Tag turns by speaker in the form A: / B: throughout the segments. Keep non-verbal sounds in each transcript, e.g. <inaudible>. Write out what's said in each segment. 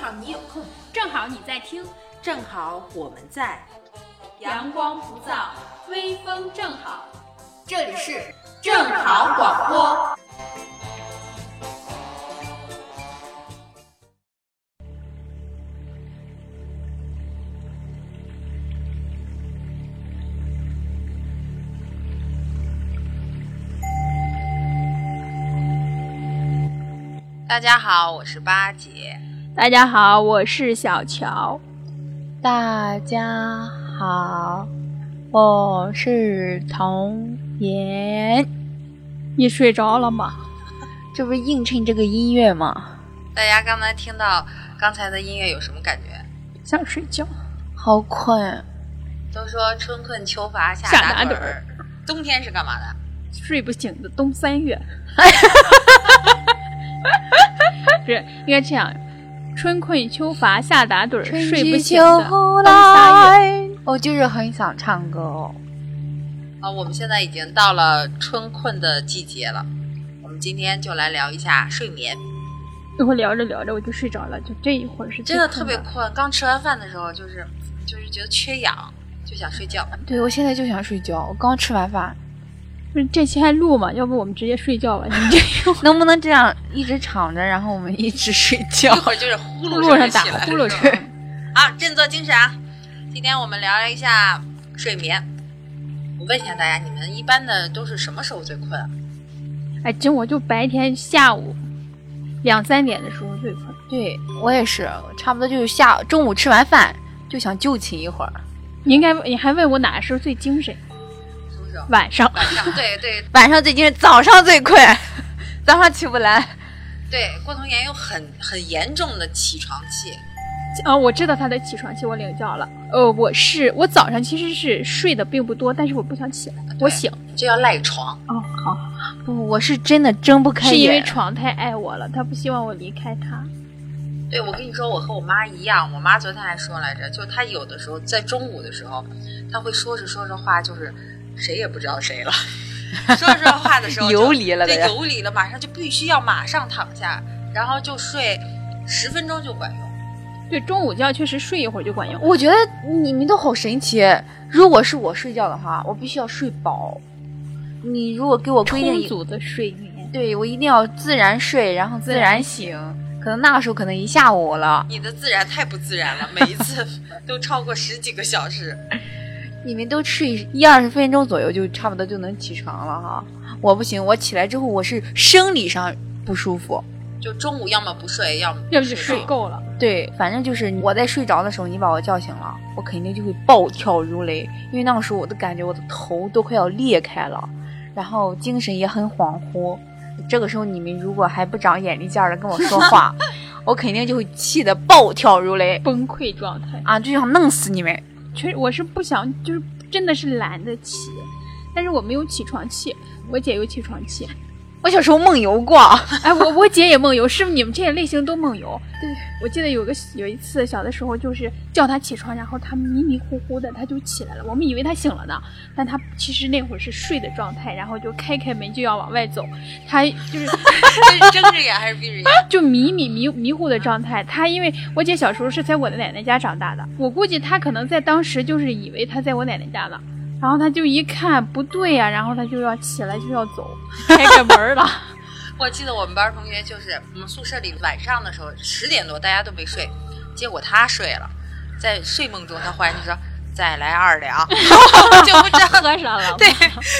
A: 好你有空，
B: 正好你在听，
A: 正好我们在。
B: 阳光不燥，微风正好。
A: 这里是正好广播。
C: 大家好，我是八姐。
B: 大家好，我是小乔。
D: 大家好，我是童言。
B: 你睡着了吗？
D: 这不是映衬这个音乐吗？
C: 大家刚才听到刚才的音乐有什么感觉？
B: 想睡觉。
D: 好困，
C: 都说春困秋乏夏
B: 夏
C: 打
B: 打
C: 盹
B: 盹
C: 儿
B: 儿，
C: 冬天是干嘛的？
B: 睡不醒的冬三月。
D: <laughs>
B: 不是，应该这样：春困秋乏夏打盹儿，
D: 春
B: 睡不
D: 去
B: 醒的
D: 秋
B: 冬三月。
D: 来。我就是很想唱歌哦。
C: 啊，我们现在已经到了春困的季节了。我们今天就来聊一下睡眠，
B: 然后聊着聊着我就睡着了，就这一会儿是最
C: 真的
B: 困
C: 特别
B: 的
C: 困。刚吃完饭的时候，就是就是觉得缺氧，就想睡觉。
D: 对，我现在就想睡觉，我刚吃完饭，
B: 不是这期还录吗？要不我们直接睡觉吧？你这
D: 能不能这样一直躺着，然后我们一直睡觉
C: 一？会儿就是呼
B: 呼
D: <laughs>
C: 噜
B: 噜
C: 声
B: 上
C: 就起
B: 打
C: 来
B: 哦呼
C: 了
B: 噜
C: 是吧
B: 声，
C: 啊，振作精神啊！今天我们聊一下睡眠。我问一下大家，你们一般的都是什么时候最困啊？
B: 哎，真我就白天下午两三点的时候最困。
D: 对我也是，差不多就是下中午吃完饭就想就寝一会儿。
B: 你应该你还问我哪时候最精神？
C: 什么时候？
B: 晚上。 <laughs>
C: 晚上。对对
D: 晚上最精神，早上最困， <laughs> 早上起不来。
C: 对，郭童颜有很很严重的起床气，
B: 啊，我知道他的起床气，我领教了。呃，我是我早上其实是睡的并不多，但是我不想起来，我醒
C: 这叫赖床。
D: 哦不，我是真的睁不开眼。
B: 是因为床太爱我了，他不希望我离开他。
C: 对，我跟你说，我和我妈一样，我妈昨天还说来着，就她有的时候在中午的时候，她会说着说着话，就是谁也不知道谁了，说着说着话的时候
D: <laughs>
C: 就
D: 游离了
C: 对，
D: 的呀
C: 游离了，马上就必须要马上躺下，然后就睡十分钟就管用。
B: 对，中午觉确实睡一会儿就管用。
D: 我觉得你们都好神奇。如果是我睡觉的话，我必须要睡饱。你如果给我规定
B: 充
D: 一，
B: 足的睡眠，
D: 对我一定要自然睡，然后自然醒。可能那个时候可能一下午了。
C: 你的自然太不自然了，每一次都超过十几个小时。
D: 你们都睡一二十分钟左右，就差不多就能起床了哈。我不行，我起来之后我是生理上不舒服。
C: 就中午要么不睡，要么
B: 要不就
C: 睡
B: 睡够了。
D: 对，反正就是我在睡着的时候，你把我叫醒了，我肯定就会暴跳如雷，因为那个时候我都感觉我的头都快要裂开了，然后精神也很恍惚。这个时候你们如果还不长眼力劲儿的跟我说
B: <laughs>
D: 话，我肯定就会气得暴跳如雷
B: 崩溃状态。
D: 啊，就想弄死你们。
B: 确实，我是不想，就是真的是懒得起，但是我没有起床气。我姐有起床气，
D: 我小时候梦游过，
B: 哎，我我姐也梦游，是不是你们这些类型都梦游？对，我记得有个有一次小的时候，就是叫她起床，然后她迷迷糊糊的，她就起来了，我们以为她醒了呢，但她其实那会儿是睡的状态，然后就开开门就要往外走，她就是 <laughs>
C: 这是睁着眼还是闭着眼？
B: 就迷迷迷迷糊的状态。她因为我姐小时候是在我的奶奶家长大的，我估计她可能在当时就是以为她在我奶奶家呢。然后她就一看不对呀、然后她就要起来就要走， <laughs> <laughs> 开开门儿了。
C: 我记得我们班同学就是我们宿舍里晚上的时候十点多大家都没睡，结果他睡了，在睡梦中他忽然就说再来二两， <laughs> 就不知 <laughs> 道
B: 喝上了，
C: 对，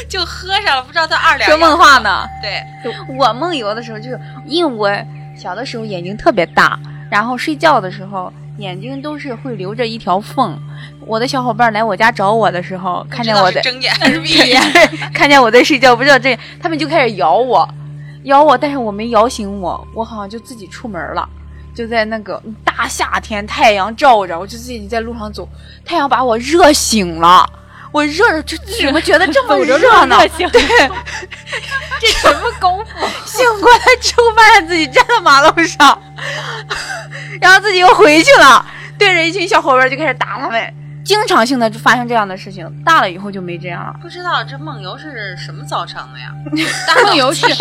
C: 就喝上了，不知道他二两
D: <laughs> 说梦话
C: 呢。
D: 呢。
C: 对，
D: 我梦游的时候，就是因为我小的时候眼睛特别大，然后睡觉的时候眼睛都是会留着一条缝。我的小伙伴来我家找我的时候，看见
C: 不知道
D: 我
C: 是
D: 在
C: 睁
D: <laughs>
C: 眼还是闭眼，
D: 看见我在睡觉，不知道这，他们就开始摇我，摇我，但是我没摇醒我，我好像就自己出门了。就在那个大夏天，太阳照着，我就自己在路上走，太阳把我热醒了，我热着就怎么觉得这
B: <laughs>
D: 么
B: 走着
D: 热闹
B: 热？醒
D: 对，
B: 这什么功夫？
D: 醒过来之后，发现自己站在马路上，然后自己又回去了，对着一群小伙伴就开始打他们，经常性的就发生这样的事情，大了以后就没这样了。
C: 不知道这梦游是什么造成的
D: <laughs>
C: 呀？
B: 梦游是 <laughs>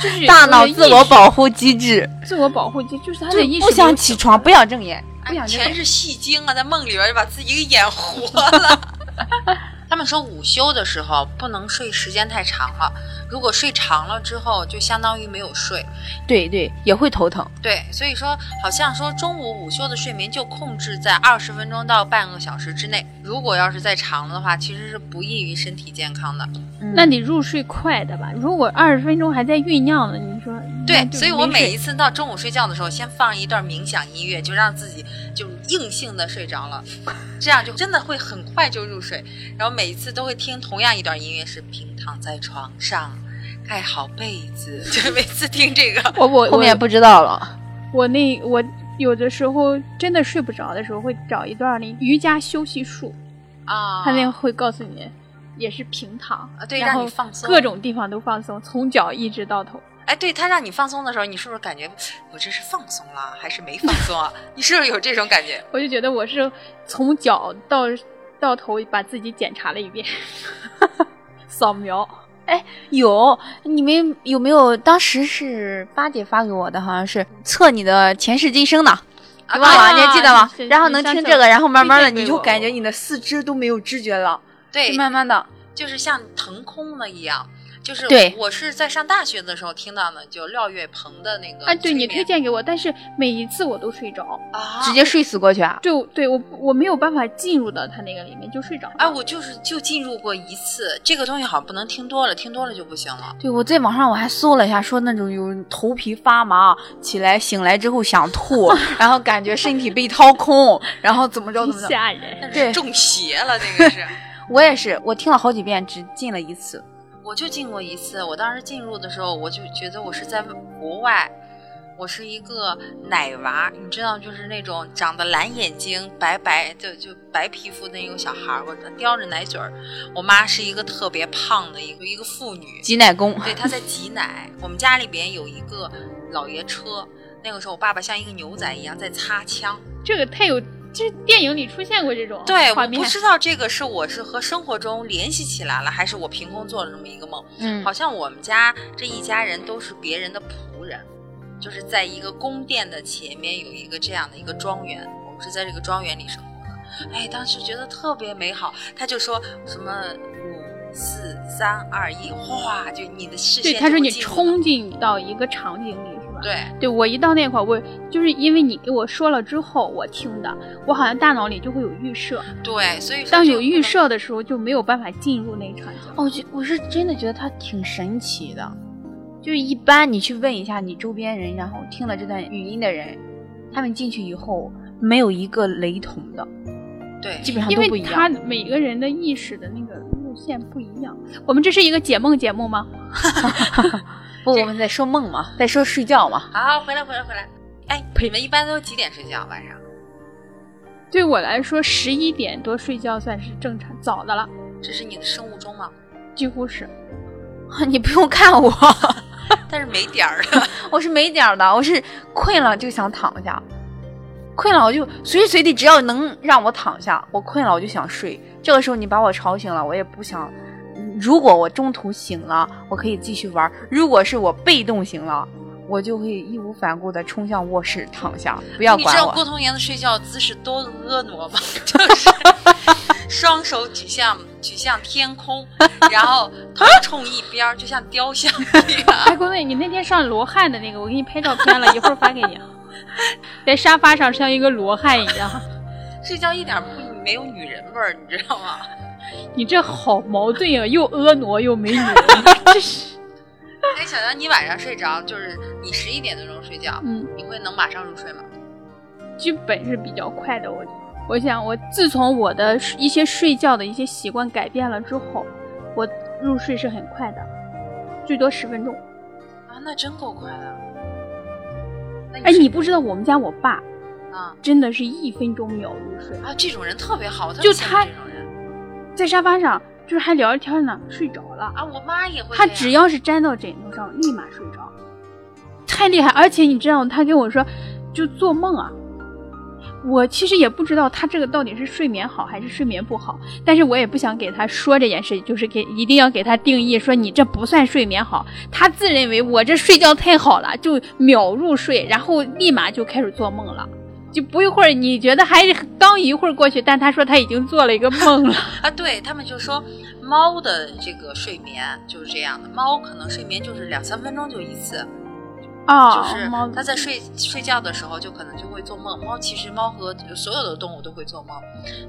B: 就是
D: 大脑自我
B: 护、
D: 保护机制，
B: 自我保护机，就是他
D: 就
B: 的意识
D: 不想
B: 流
D: 起床，不想睁眼，不
C: 哎
D: 想睁
C: 全
D: 眼。
C: 是戏精啊，在梦里边就把自己给演活了。 <laughs> 他们说午休的时候不能睡时间太长了，如果睡长了之后就相当于没有睡。
D: 对对，也会头疼。
C: 对，所以说好像说中午午休的睡眠就控制在二十分钟到半个小时之内，如果要是再长了的话，其实是不利于身体健康的。
D: 嗯
B: 那你入睡快的吧？如果二十分钟还在酝酿呢，你说
C: 对
B: 那，就
C: 所以我
B: 没
C: 每
B: 睡
C: 一次到中午睡觉的时候，先放一段冥想音乐，就让自己就硬性的睡着了，这样就真的会很快就入睡。然后每一次都会听同样一段音乐，是平躺在床上，盖好被子，就每次听这个。
B: 我我
D: 后面不知道了。
B: 我那我有的时候真的睡不着的时候，会找一段那瑜伽休息术，
C: 啊，
B: 它那个会告诉你，也是平躺
C: 啊，对
B: 然
C: 让
B: 后
C: 你放松
B: 各种地方都放松，从脚一直到头。
C: 哎，对他让你放松的时候，你是不是感觉我这是放松了还是没放松啊？ <laughs> 你是不是有这种感觉？
B: 我就觉得我是从脚到到头把自己检查了一遍， <laughs> 扫描。
D: 有，你们有没有？当时是八姐发给我的，好像是测你的前世今生呢。
C: 啊
D: 你忘了，
B: 啊
D: 你还记得吗
B: 是？
D: 然后
B: 是
D: 能
B: 上
D: 听
B: 次
D: 这个，然后慢慢的
C: 推荐
D: 你
C: 给
D: 就
C: 我
D: 感觉你的四肢都没有知觉了，
C: 对，
D: 慢慢的，
C: 就是像腾空了一样。就是
D: 对
C: 我是在上大学的时候听到的，就廖月鹏的那个
B: 哎，对你
C: 催眠
B: 推荐给我，但是每一次我都睡着。
C: 啊，
D: 直接睡死过去啊！
B: 对对，我我没有办法进入到他那个里面，就睡着了。
C: 哎，我就是就进入过一次，这个东西好像不能听多了，听多了就不行了。
D: 对，我在网上我还搜了一下，说那种有头皮发麻，啊起来醒来之后想 <laughs> 吐，然后感觉身体被掏空，然后怎么着
B: 真
D: 怎么着。
B: 吓人。
D: 对
C: 中邪了那个是，
D: 我也是，我听了好几遍，只进了一次。
C: 我就进过一次。我当时进入的时候，我就觉得我是在国外，我是一个奶娃，你知道，就是那种长得蓝眼睛、白白就就白皮肤的那种小孩儿，我叼着奶嘴儿。我妈是一个特别胖的一个一个妇
B: <laughs>
C: 女，
D: 挤奶 <laughs> 功，
C: 对，他在挤奶。我们家里边有一个老爷车，那个时候我爸爸像一个牛仔一样在擦枪。
B: 这个太有，这电影里出现过这种
C: 对，
B: 哦画
C: 我
B: 面
C: 不。知道这个是我是和生活中联系起来了，还是我凭空做了这么一个梦。
D: 嗯
C: 好像我们家这一家人都是别人的仆人，就是在一个宫殿的前面有一个这样的一个庄园，我们是在这个庄园里生活的。哎，当时觉得特别美好，他就说什么五四三二一，哗，就你的视
B: 对，
C: 线
B: 他说
C: 就
B: 你
C: 进入
B: 冲
C: 了
B: 进到一个场景里是吧？
C: 对。
B: 对我一到那块儿，我就是因为你给我说了之后，我听的，我好像大脑里就会有预设，
C: 对，所以说
B: 当
C: 这
B: 有
C: 个
B: 预
C: 不能
B: 设的时候就没有办法进入那个场景。
D: 哦，我觉我是真的觉得它挺神奇的，就是一般你去问一下你周边人，然后听了这段语音的人，他们进去以后没有一个雷同的，
C: 对，
D: 基本上
B: 因
D: 都不
B: 为
D: 一
B: 他
D: 样。
B: 每个人的意识的那个路线不一样。我们这是一个解梦节目吗？
D: 不，我们在说梦嘛，在说睡觉嘛。
C: 好，回来回来回来。哎，你们一般都几点睡觉？晚上？
B: 对我来说，十一点多睡觉算是正常早的了，
C: 这是你的生物钟吗？
B: 几乎 <laughs> 是。
D: <laughs> 你不用看我，
C: 但是没点儿。
D: 我是没点儿的，我是困了就想躺下，困了我就随时随地只要能让我躺下，我困了我就想睡。这个时候你把我吵醒了，我也不想。嗯如果我中途醒了，我可以继续玩儿；如果是我被动醒了，我就会义无反顾的冲向卧室躺下，不要
C: 你知
D: 管
C: 道郭
D: 我。
C: 冬岩的睡觉姿势多婀娜 <laughs> 吗？就是双手举向举向天空，然后头冲一边儿，就像雕像一样。
B: 哎，郭队，你那天上罗汉的那个，我给你拍照片 <laughs> 了，一会儿发给你。在沙发上像一个罗汉一 <laughs> 样，
C: 睡觉一点儿不没有女人味儿，你知道 <laughs> 吗？
B: 你这好矛盾呀、又婀娜又美女人，这是
C: 哎，小杨，你晚上睡着就是你十一点多钟睡觉，
B: 嗯。
C: 你会能马上入睡吗？
B: 基本是比较快的。我我想，我自从我的一些睡觉的一些习惯改变了之后，我入睡是很快的，最多十分钟。
C: 啊，那真够快的。那
B: 哎，
C: 睡
B: 你不知道我们家我爸
C: 啊
B: 真的是一分钟没有入睡，
C: 啊，这种人特别好，我特
B: 就
C: 别羡慕
B: 他
C: 这种人
B: 在沙发上就是还聊着天呢，睡着了。
C: 啊，我妈也会这
B: 他
C: 样。
B: 只要是粘到枕头上，立马睡着，太厉害！而且你知道，他跟我说，就做梦啊，我其实也不知道他这个到底是睡眠好还是睡眠不好，但是我也不想给他说这件事，就是给一定要给他定义说你这不算睡眠好，他自认为我这睡觉太好了，就秒入睡，然后立马就开始做梦了。就不一会儿，你觉得还是刚一会儿过去，但他说他已经做了一个梦了。
C: 啊，对他们就说猫的这个睡眠就是这样的，猫可能睡眠就是两三分钟就一次，
B: 啊
C: 就是
B: 猫
C: 它在睡睡觉的时候就可能就会做梦。猫其实猫和所有的动物都会做梦，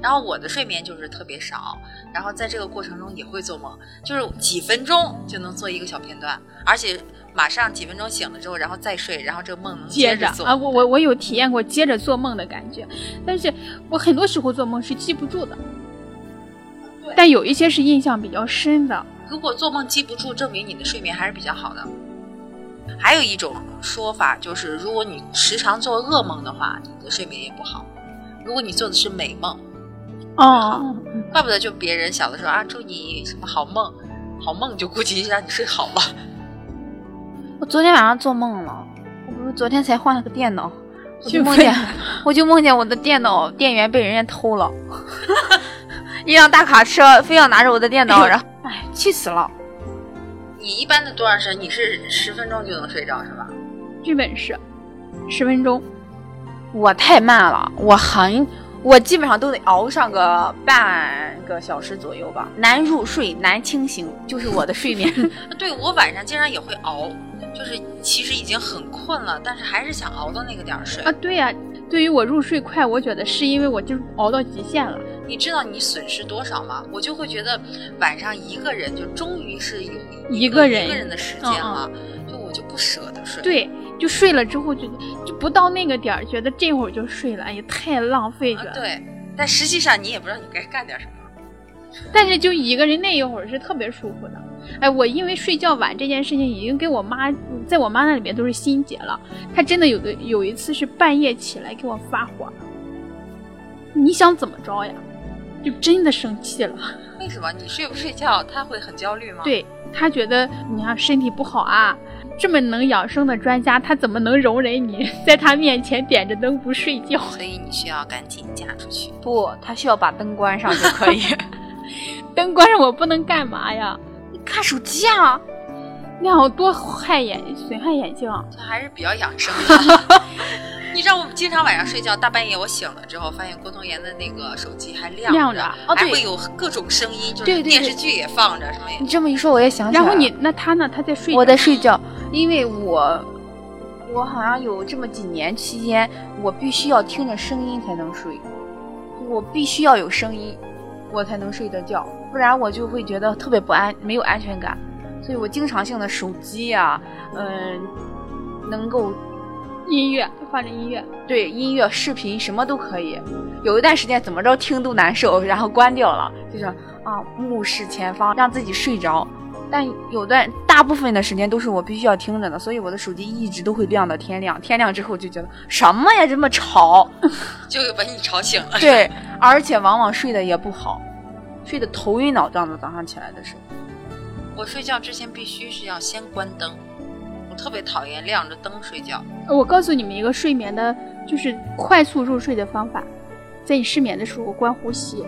C: 然后我的睡眠就是特别少，然后在这个过程中也会做梦，就是几分钟就能做一个小片段，而且马上几分钟醒了之后，然后再睡，然后这个梦能
B: 接
C: 着
B: 着
C: 做
B: 啊，我我我有体验过接着做梦的感觉，但是我很多时候做梦是记不住的，
C: 嗯
B: 但有一些是印象比较深的。
C: 如果做梦记不住，证明你的睡眠还是比较好的。还有一种说法就是，如果你时常做噩梦的话，你的睡眠也不好。如果你做的是美梦，
B: 哦，
C: 怪不得就别人小的时候啊，祝你什么好梦，好梦就估计让你睡好了。 <laughs>
D: 我昨天晚上做梦了，我不是昨天才换了个电脑，我
B: 就
D: 就梦
B: 被
D: 见，我就梦见我的电脑电源被人家偷了， <laughs> 一辆大卡车非要拿着我的电脑，然后哎，气死了！
C: 你一般的多长时间？你是十分钟就能睡着是吧？
B: 剧本是十分钟，
D: 我太慢了，我很，我基本上都得熬上个半个小时左右吧，难入睡，难清醒，就是我的睡眠。 <laughs>
C: 对我晚上经常也会熬，就是其实已经很困了，但是还是想熬到那个点儿睡
B: 啊，。对呀、对于我入睡快，我觉得是因为我就是熬到极限了。
C: 你知道你损失多少吗？我就会觉得晚上一个人就终于是有
B: 一个人
C: 一个人的时间了，就我就不舍得睡。，
B: 对，就睡了之后就就不到那个点儿，觉得这会儿就睡了，哎呀，太浪费
C: 啊
B: 了。
C: 对，但实际上你也不知道你该干点什么。
B: 但是就一个人那一会儿是特别舒服的。哎，我因为睡觉晚这件事情已经给我妈，在我妈那里面都是心结了。她真的有的有一次是半夜起来给我发火了，你想怎么着呀？就真的生气了。
C: 为什么你睡不睡觉，他会很焦虑吗？，
B: 对她觉得你看身体不好啊，这么能养生的专家，他怎么能容忍你 <laughs> 在他面前点着灯不睡觉？
C: 所以你需要赶紧嫁出去。
D: 不，他需要把灯关上就 <laughs> 可以。
B: 灯关上我不能干嘛呀？
D: 看手机啊，
B: 那样我多害眼损害眼睛啊！
C: 他还是比较养生的。你知道我们经常晚上睡觉，大半夜我醒了之后，发现郭冬妍的那个手机还亮
B: 亮着
D: 哦
C: 还
D: 对
C: 会有各种声音，就
D: 对
C: 是
D: 对对
C: 电视剧也放着什么也。
D: 你这么一说，我也想起来
B: 然
D: 了。
B: 后你那他呢？他在睡着。
D: 我在睡觉，因为我我好像有这么几年期间，我必须要听着声音才能睡，我必须要有声音，我才能睡得觉，不然我就会觉得特别不安，没有安全感，所以我经常性的手机啊，嗯、能够
B: 音乐，就放着音乐。
D: 对音乐、视频什么都可以。有一段时间怎么着听都难受，然后关掉了，就是啊目视前方，让自己睡着。但有段大部分的时间都是我必须要听着的，所以我的手机一直都会亮到天亮。天亮之后就觉得什么呀这么吵，
C: 就把你吵醒了。
D: 对，而且往往睡得也不好，睡得头晕脑胀的。早上起来的时候，
C: 我睡觉之前必须是要先关灯，我特别讨厌亮着灯睡觉。
B: 呃我告诉你们一个睡眠的，就是快速入睡的方法，在你失眠的时候关呼吸，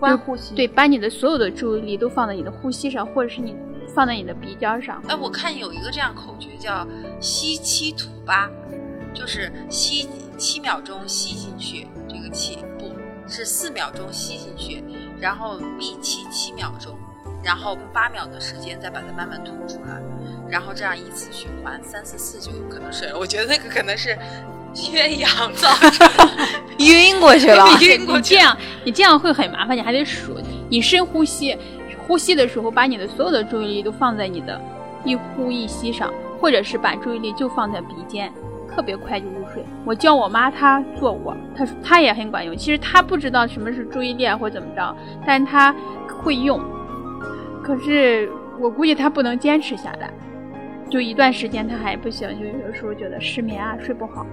D: 关呼吸，
B: 对，，把你的所有的注意力都放在你的呼吸上，或者是你放在你的鼻尖上。
C: 哎，我看有一个这样口诀叫“吸七吐八”，就是吸七秒钟吸进去这个气，不是四秒钟吸进去，然后闭气七秒钟，然后八秒的时间再把它慢慢吐出来，然后这样依次循环三四次就有可能睡了。我觉得那个可能是缺氧造成的。
D: 晕过去了。
B: 哎
C: 你晕过
B: 你
C: 去
B: 这样，你这样会很麻烦，你还得数，你深呼吸，呼吸的时候把你的所有的注意力都放在你的一呼一吸上，或者是把注意力就放在鼻尖，特别快就入睡。我教我妈她做过，她说她也很管用。其实她不知道什么是注意力啊，或怎么着，但是她会用。可是我估计她不能坚持下来，就一段时间她还不行，就有时候觉得失眠啊，睡不好。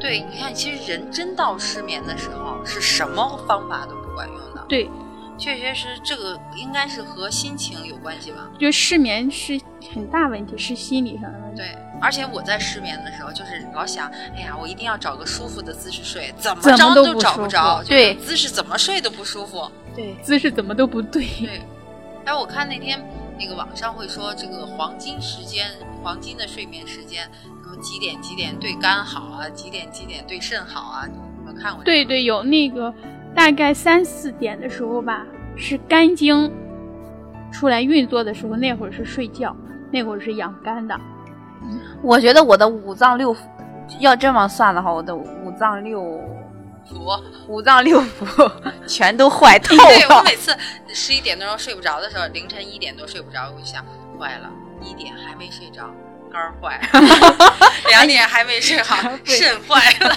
C: 对，你看，其实人真到失眠的时候，是什么方法都不管用的。
B: 对，
C: 确确实，这个应该是和心情有关系吧？
B: 觉得失眠是很大问题，是心理上的问题。
C: 对，而且我在失眠的时候，就是老想，哎呀，我一定要找个舒服的姿势睡，怎么
B: 怎么
C: 着
B: 都
C: 都
B: 不
C: 找
B: 舒
C: 不
B: 服
C: 着，就是
D: 对
C: 姿势怎么睡都不舒服。
D: 对，
B: 姿势怎么都不对。
C: 对，哎，我看那天那个网上会说这个黄金时间，黄金的睡眠时间，什么几点几点对肝好啊，几点几点对肾好啊，你你们看过？
B: 对，对，有那个大概三四点的时候吧，是肝经出来运作的时候，那会儿是睡觉，那会儿是养肝的。
D: 我觉得我的五脏六腑，要这么算的话，我的五脏六
C: 服。
D: 五脏六 <laughs> 腑全都坏
B: <laughs>
D: 透
C: 对我
D: 了。
C: 每次十一点多钟睡不着的时候，凌晨一点多睡不着，我就想坏了，一点还没睡着，肝儿坏
B: <laughs>
C: 了，两点还没睡好，
B: 哎
C: 肾坏了。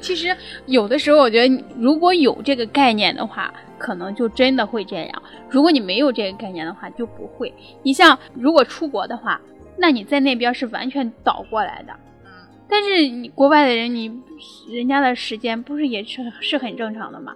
B: 其实有的时候，我觉得你如果有这个概念的话，可能就真的会这样；如果你没有这个概念的话，就不会。你像如果出国的话，那你在那边是完全倒过来的。但是你国外的人，你人家的时间不是也是是很正常的吗？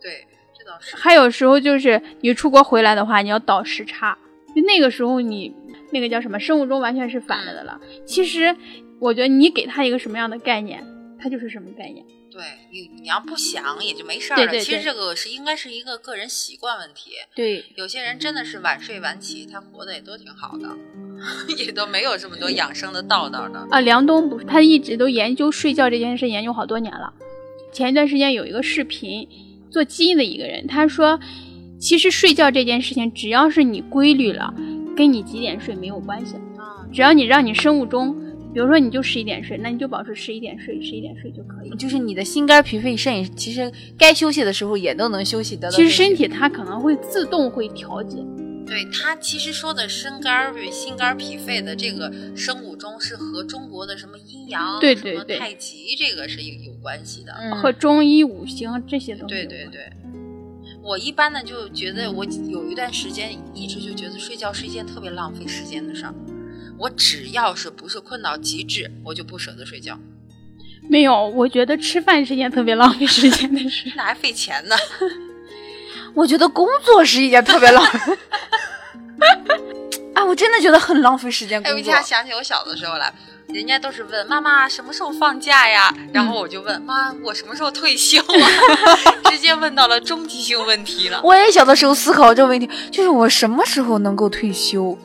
C: 对，这倒是。
B: 还有时候就是你出国回来的话，你要倒时差，就那个时候你那个叫什么，生物钟完全是反了的了。其实我觉得你给他一个什么样的概念，他就是什么概念。
C: 对你，你要不想也就没事儿了。
B: 对对
C: 其实
B: 对
C: 这个是应该是一个个人习惯问题。
D: 对，
C: 有些人真的是晚睡晚起，他活得也都挺好的， <laughs> 也都没有这么多养生的道道的。
B: 啊，梁冬不是他一直都研究睡觉这件事，研究好多年了。前一段时间有一个视频，做基因的一个人，他说，其实睡觉这件事情，只要是你规律了，跟你几点睡没有关系，
C: 啊，
B: 只要你让你生物钟，比如说你就十一点睡，那你就保持十一点睡，十一点睡就可以。
D: 就是你的心肝脾肺肾，其实该休息的时候也都能休息得到。
B: 其实身体它可能会自动会调节，
C: 对他其实说的身肝儿、心肝儿、脾肺的这个生物钟，是和中国的什么阴阳、
B: 对对
C: 什么
B: 对
C: 太极这个是有有关系的。
D: 嗯
B: 和中医五行这些东西
C: 对
B: 有关。
C: 对对，我一般呢就觉得我有一段时间一直就觉得睡觉是一件特别浪费时间的事儿。我只要是不是困到极致，我就不舍得睡觉，
B: 没有，我觉得吃饭是件特别浪费时间的事。
C: 那还费钱呢。
D: 我觉得工作是一件特别 <laughs> 浪费。啊，我真的觉得很浪费时间
C: 哎，我
D: 工
C: 一
D: 作。
C: 下想起我小的时候来，人家都是问妈妈什么时候放假呀，然后我就问妈我什么时候退休啊， <laughs> 直接问到了终极性问题了。
D: 我也小的时候思考这个问题，就是我什么时候能够退 <laughs> 休，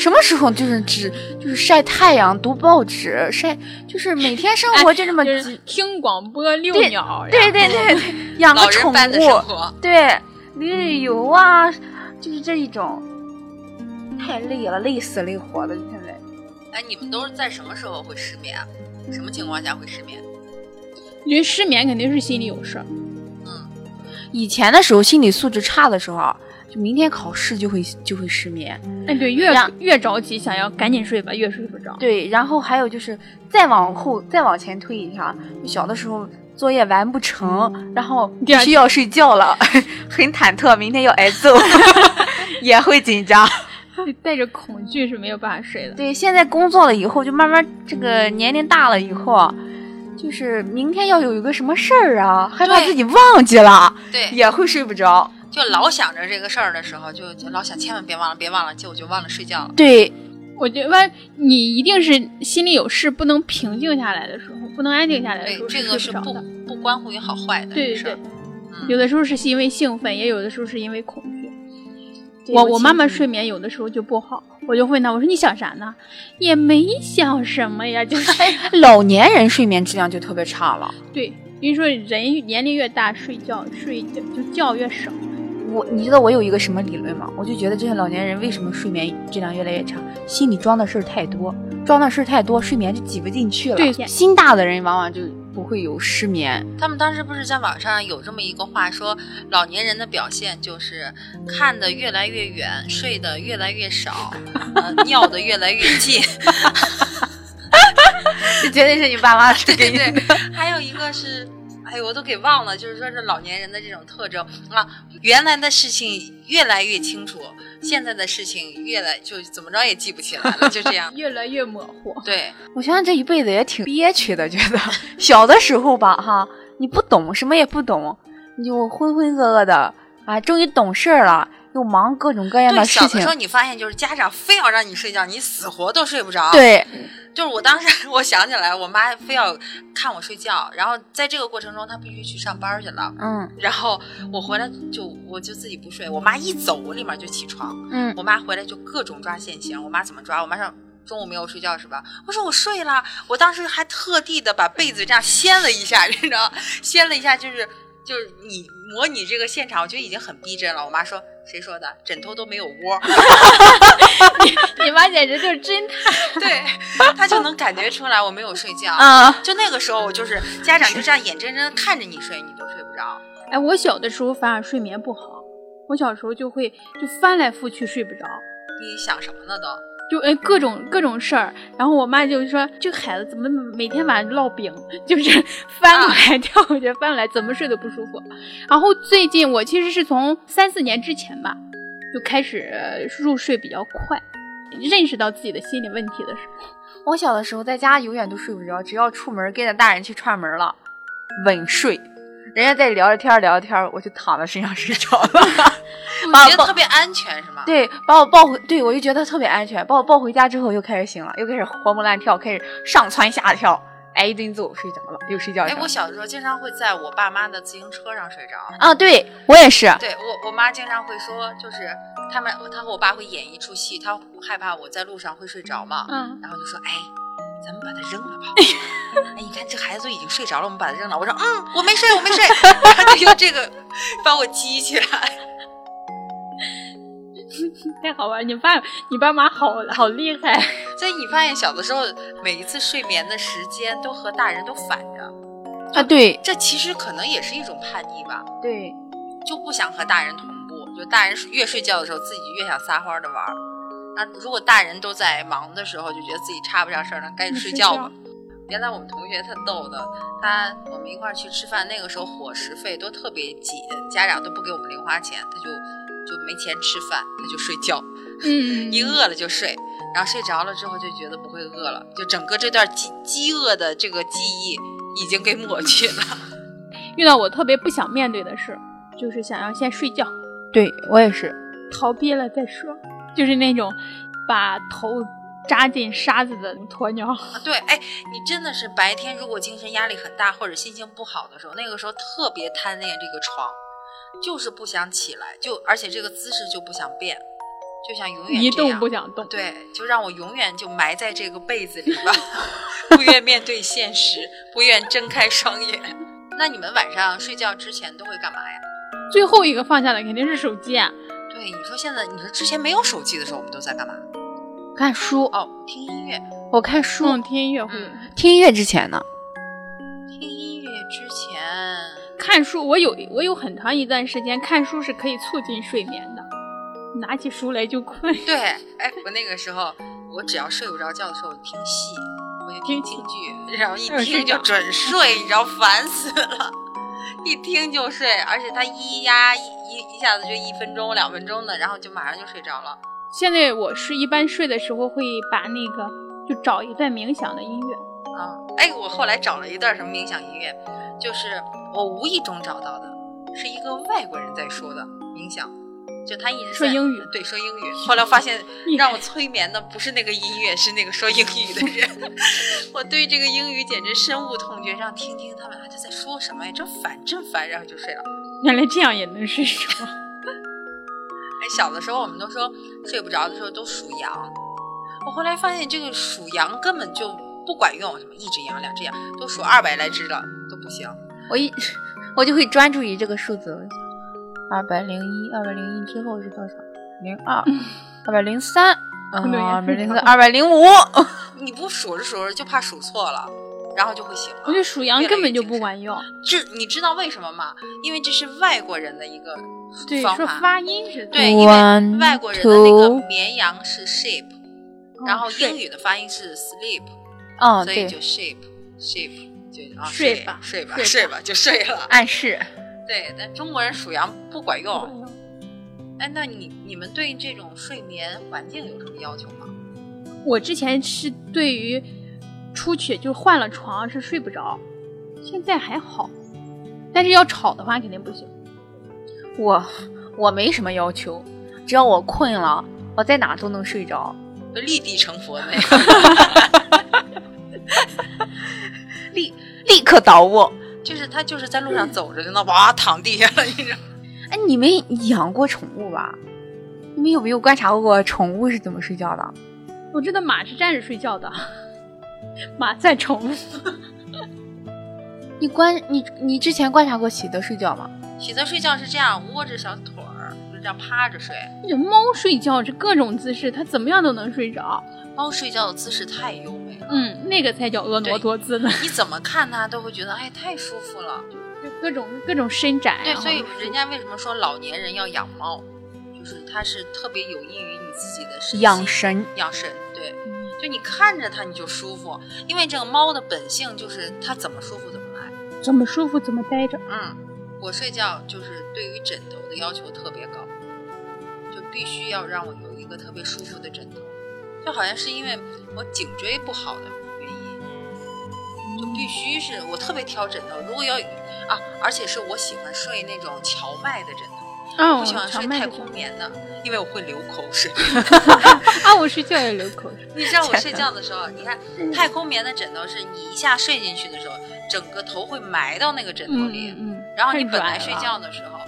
D: 什么时候就是只就是晒太阳、读报纸、晒，就是每天生哎活就这
B: <laughs>
D: 么
B: 就
D: 几、
B: 是听广播遛
D: 对
B: 鸟儿呀，
D: 对对对对，养个
C: 老
D: 宠
C: 人般的生
D: 物，
C: 活，
D: 对，旅游啊，就是这一种，太累了，累死累活的，现在
C: 哎，你们都是在什么时候会失眠啊？什么情况下会失眠？
B: 因为失眠肯定是心里有事儿。
D: 以前的时候心理素质差的时候啊，就明天考试就会就会失眠。
B: 哎，对，越
D: 然
B: 越着急想要赶紧睡吧，越睡不 <laughs> 着。
D: 对，然后还有就是再往后再往前推一下，就小的时候作业完不成，然后
B: 第二
D: 需要睡觉了， <laughs> 很忐忑，明天要挨揍， <laughs> 也会紧张。
B: 带着恐惧是没有办法睡的。
D: 对，现在工作了以后，就慢慢这个年龄大了以后啊，就是明天要有一个什么事儿啊，害怕
C: 对
D: 自己忘记了，
C: 对，
D: 也会睡不着。
C: 就老想着这个事儿的时候，就就老想千万别忘了，别忘了，结果就忘了睡觉了。
D: 对，
B: 我觉得你一定是心里有事，不能平静下来的时候，不能安静下来的
C: 对
B: 时，候
C: 哎这
B: 哎睡
C: 个是
B: 不着
C: 不
B: 的。
C: 不关乎于好坏的
B: 对
C: 这事
B: 对
C: 儿。
B: 对，
C: 嗯
B: 有的时候是因为兴奋，也有的时候是因为恐惧。
D: 这
B: 我
D: 个
B: 我
D: 情
B: 妈妈
D: 景
B: 睡眠有的时候就不好，我就问她，我说你想啥呢？也没想什么呀， <laughs> 就是
D: 老年人睡眠质量就特别差了。
B: 对，因为说人年龄越大，睡觉睡觉就觉越少。
D: 我你知道我有一个什么理论吗？我就觉得这些老年人为什么睡眠质量越来越差，心里装的事儿太多，装的事儿太多，睡眠就挤不进去了。
B: 对。
D: 心大的人往往就不会有失 <laughs> 眠。
C: 他们当时不是在网上有这么一个话说，老年人的表现就是看得越来越远，睡得越来越少，呃、尿得越来越近。
D: 这绝对是你爸妈
C: 对
D: <laughs> 给
C: 对
D: 你的。
C: 对，还有一个是，哎呦，我都给忘了，就是说是老年人的这种特征啊，原来的事情越来越清楚，现在的事情越来就怎么着也记不起来了，就这样
B: 越来越模糊。
C: 对，
D: 我想想这一辈子也挺憋屈的，觉得小的时候吧，哈，你不懂，什么也不懂，你就浑浑噩噩的啊，终于懂事儿了，又忙各种各样
C: 对，
D: 的事
C: 小的
D: 情
C: 时候。你发现就是家长非要让你睡觉，你死活都睡不着。，
D: 对，
C: 就是我当时 <laughs> 我想起来，我妈非要看我睡觉，然后在这个过程中她必须去上班去了。
D: 嗯
C: 然后我回来就我就自己不睡，我妈一走我立马就起床，
D: 嗯，
C: 我妈回来就各种抓现行。我妈怎么抓？我妈说中午没有睡觉是吧？我说我睡了，我当时还特地的把被子这样掀了一下， <laughs> 你知道，掀了一下就是就是你模拟这个现场，我觉得已经很逼真了。我妈说谁说的？枕头都没有窝，
B: 你妈简直就是侦
C: <laughs>
B: 探
C: 对，她就能感觉出来我没有睡
D: <laughs>
C: 觉。
B: 啊！
C: 就那个时候，我就是家长就这样眼睁睁地看着你睡，你都睡不着。
B: 哎，我小的时候反而睡眠不好，我小时候就会就翻来覆去睡不着。
C: 你想什么呢都？
B: 就哎各种各种事儿，然后我妈就说这个孩子怎么每天晚上烙饼，就是 <laughs> 翻过来跳过去，翻过来怎么睡都不舒服。然后最近我其实是从三四年之前吧，就开始入睡比较快，认识到自己的心理问题的时候，
D: 我小的时候在家永远都睡不着，只要出门跟着大人去串门了，稳睡。人家在聊着天儿聊着天儿，我就躺在身上 <laughs> 睡
C: <laughs>
D: 着了。啊
C: 你觉得特别安全是吗？
D: 对，把我抱回，对我就觉得特别安全。把我抱回家之后，又开始醒了，又开始活蹦乱跳，开始上蹿下跳，哎挨一顿揍，睡着了，又睡觉去
C: 哎，
D: 了。
C: 我小时候经常会在我爸妈的自行车上睡着。
D: 啊，对我也是。
C: 对我，我妈经常会说，就是他们，她和我爸会演一出戏，她害怕我在路上会睡着嘛，
B: 嗯，
C: 然后就说，哎，咱们把它扔了吧。 <laughs> 哎，你看这孩子都已经睡着了，我们把它扔了。我说，嗯，我没睡，我没睡。 <laughs> 然后就用这个把我激起来。
B: 太好玩儿，你爸你爸妈好好厉害，
C: 所以你发现小的时候，每一次睡眠的时间都和大人都反着，
D: 啊，对
C: 这其实可能也是一种叛逆吧，
D: 对，
C: 就不想和大人同步，就大人越睡觉的时候，自己越想撒欢的玩儿。那如果大人都在忙的时候，就觉得自己插不上事儿了，该嗯睡觉吧。原来我们同学特逗的，他我们一块儿去吃饭，那个时候伙食费都特别紧，家长都不给我们零花钱，他就就没钱吃饭，他就睡觉，
B: 嗯，
C: 一饿了就睡，然后睡着了之后就觉得不会饿了，就整个这段饥饥饿的这个记忆已经给抹去了。
B: 遇到我特别不想面对的事儿，就是想要先睡觉。
D: 对我也是。
B: 逃避了再说，就是那种把头扎进沙子的鸵鸟。
C: 啊， <laughs> 对，哎，你真的是白天如果精神压力很大或者心情不好的时候，那个时候特别贪恋这个床，就是不想起来，就而且这个姿势就不想变，就想永远
B: 一
C: 这
B: 动
C: 样啊
B: 不想动，
C: 对，就让我永远就埋在这个被子里吧， <laughs> 不愿面对现实，不愿睁开双眼。 <laughs> 那你们晚上睡觉之前都会干嘛呀？
B: 最后一个放下的肯定是手机啊。
C: 对，你说现在，你说之前没有手机的时候，我们都在干嘛？
D: 看书，
C: 哦，听音乐，
D: 我看书、
B: 嗯，听音乐会，
C: 嗯，
D: 听音乐之前呢，
C: 听音乐之前，
B: 看书。我有我有很长一段时间看书是可以促进睡眠的，拿起书来就困。 <laughs>
C: 对，哎，我那个时候，我只要睡不着觉的时候，我听戏，我就听京剧，然后一
D: 嗯
B: 耳
C: 听
B: 朵
C: 就准睡，你知道，烦死了，一听就睡，而且它一压一一一下子就一分钟、两分钟的，然后就马上就睡着了。
B: 现在我是一般睡的时候会把那个就找一段冥想的音乐，
C: 啊，哎，我后来找了一段什么冥想音乐，就是我无意中找到的，是一个外国人在说的冥想，就他一直
B: 说
C: 在
B: 英语
C: 对，说英语。后来发
B: <laughs>
C: 现
B: 厉
C: 让
B: 害
C: 我催眠的不是那个音乐，是那个说英语的人。 <laughs> 我对这个英语简直深恶痛绝，让听听他们啊他在说什么呀，真烦，真烦，然后就睡了。
B: 原来这样也能睡着。
C: <laughs> 哎，小的时候我们都说睡不着的时候都数羊，我后来发现这个数羊根本就不管用，什么一只羊、两只羊，都数二百来只了都不行。
D: 我一我就会专注于这个数字，我就想二百零一，二百零一之后是多少？零二，二百零三，
B: 对
D: 二百零
B: 睡
D: 四，
B: 着
D: 二百零五。 <laughs>
C: 你不数着数着就怕数错了，然后就会醒了。
B: 我觉得数羊
C: 越来
B: 根
C: 越
B: 本就
C: 精
B: 不
C: 神
B: 管用，
C: 这你知道为什么吗？因为这是外国人的一个
B: 对，
C: 方
B: 说
C: 法。
B: 发音是
C: 对，因
D: One,
C: 为外国人的那个
D: two
C: 绵羊是 sheep，、然
B: 哦嗯
C: 后英语的发音是 sleep，、
D: 嗯，
C: 所以就
D: 对，
C: sheep sheep 就啊
B: 睡
C: 睡
B: 吧
C: 睡吧
B: 睡吧
C: 睡吧就睡了。
D: 暗示。
C: 对，但中国人数羊不管
B: 哦
C: 用。哎，那你你们对这种睡眠环境有什么要求吗？
B: 我之前是对于出去就换了床是睡不着，现在还好，但是要吵的话肯定不行。
D: 我我没什么要求，只要我困了，我在哪都能睡着。
C: 就立地成佛那个。立，
D: 立刻倒卧。
C: 就是他就是在路上走着，就那哇躺地下了，你知道吗？
D: 哎，你们养过宠物吧？你们有没有观察过宠物是怎么睡觉的？
B: 我知道马是站着睡觉的，马在宠物。
D: 你观你你之前观察过喜德睡觉吗？
C: 喜泽睡觉是这样窝着小腿儿，就这样趴着睡。
B: 这猫睡觉是各种姿势，它怎么样都能睡着。
C: 猫睡觉的姿势太优美了，
B: 嗯，那个才叫婀娜多姿呢，
C: 你怎么看它都会觉得哎太舒服了。
B: 就各种各种伸展啊。
C: 对，所以人家为什么说老年人要养猫，就是它是特别有益于你自己的身
D: 养
C: 心
D: 神，
C: 养神。对，
B: 嗯
C: 就你看着它你就舒服，因为这个猫的本性就是它怎么舒服怎么来。
B: 怎么舒服怎么待着。
C: 嗯，我睡觉就是对于枕头的要求特别高，就必须要让我有一个特别舒服的枕头，就好像是因为我颈椎不好的原因，就必须是我特别挑枕头，如果要啊，而且是我喜欢睡那种荞麦的枕头，
B: 啊，
C: 不
B: 我
C: 喜欢
B: 荞
C: 睡
B: 麦
C: 太
B: 的
C: 空棉的，因为我会流口
B: <laughs>
C: 水。
B: 啊，我睡觉也流口
C: <laughs>
B: 水。
C: 你知道我睡觉的时候，你看太空棉的枕头是你一下睡进去的时候，整个头会埋到那个枕头
B: 嗯
C: 里。
B: 嗯嗯，
C: 然后你
B: 太
C: 本
B: 软
C: 来睡
B: 了
C: 觉的时候，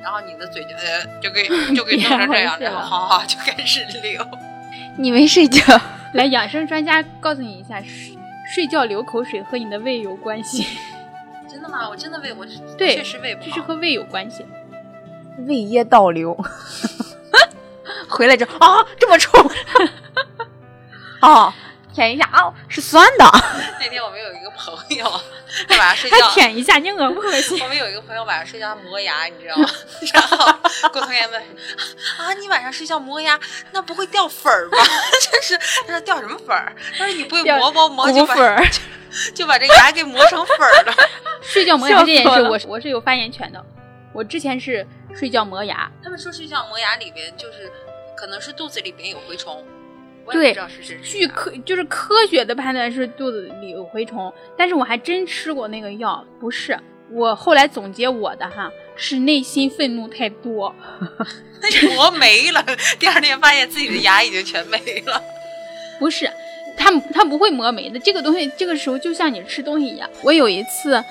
C: 然后你的嘴就呃就
B: <laughs>
C: 给就给弄成这样，然
B: 变回去
C: 后
B: 了
C: 哈哈就开始流。
D: 你没睡觉，
B: <laughs> 来，养生专家告诉你一下，睡睡觉流口水和你的胃有关系，
D: <laughs>
C: 真的吗？我真的胃，我是
B: 对
C: 确实胃不好。
B: 就是和胃有关系。
D: 胃液倒流。 <laughs> 回来之后啊，这么臭。 <laughs> 哦，舔一下啊，是酸的。
C: 那天我们有一个朋友， <laughs> 他晚上睡觉
B: 还。舔一下，你恶不恶
D: <laughs>
B: 心？
C: 我们有一个朋友晚上睡觉磨牙，你知道吗？ <laughs> 然后郭同学问：“啊，你晚上睡觉磨牙，那不会掉粉儿吧？” <laughs> 真是，他说掉什么粉儿？他说你不会
B: 掉
C: 磨磨磨
B: 骨
C: 就把
B: 粉儿，
C: 就把这牙给磨成粉儿了。
B: 睡觉磨牙
D: 笑
B: 这件
D: 死我
B: 事，
D: 了
B: 我是我是有发言权的。我之前是睡觉磨牙，
C: 他们说睡觉磨牙里边就是可能是肚子里边有蛔虫，我也
B: 对
C: 不知道是真是
B: 据
C: 假。
B: 科就是科学的判断是肚子里有蛔虫，但是我还真吃过那个药，不是。我后来总结我的哈，是内心愤怒太多，
C: 那磨没了，第二天发现自己的牙已经全没了。
B: 不是，它它不会磨没的。这个东西，这个时候就像你吃东西一样。我有一次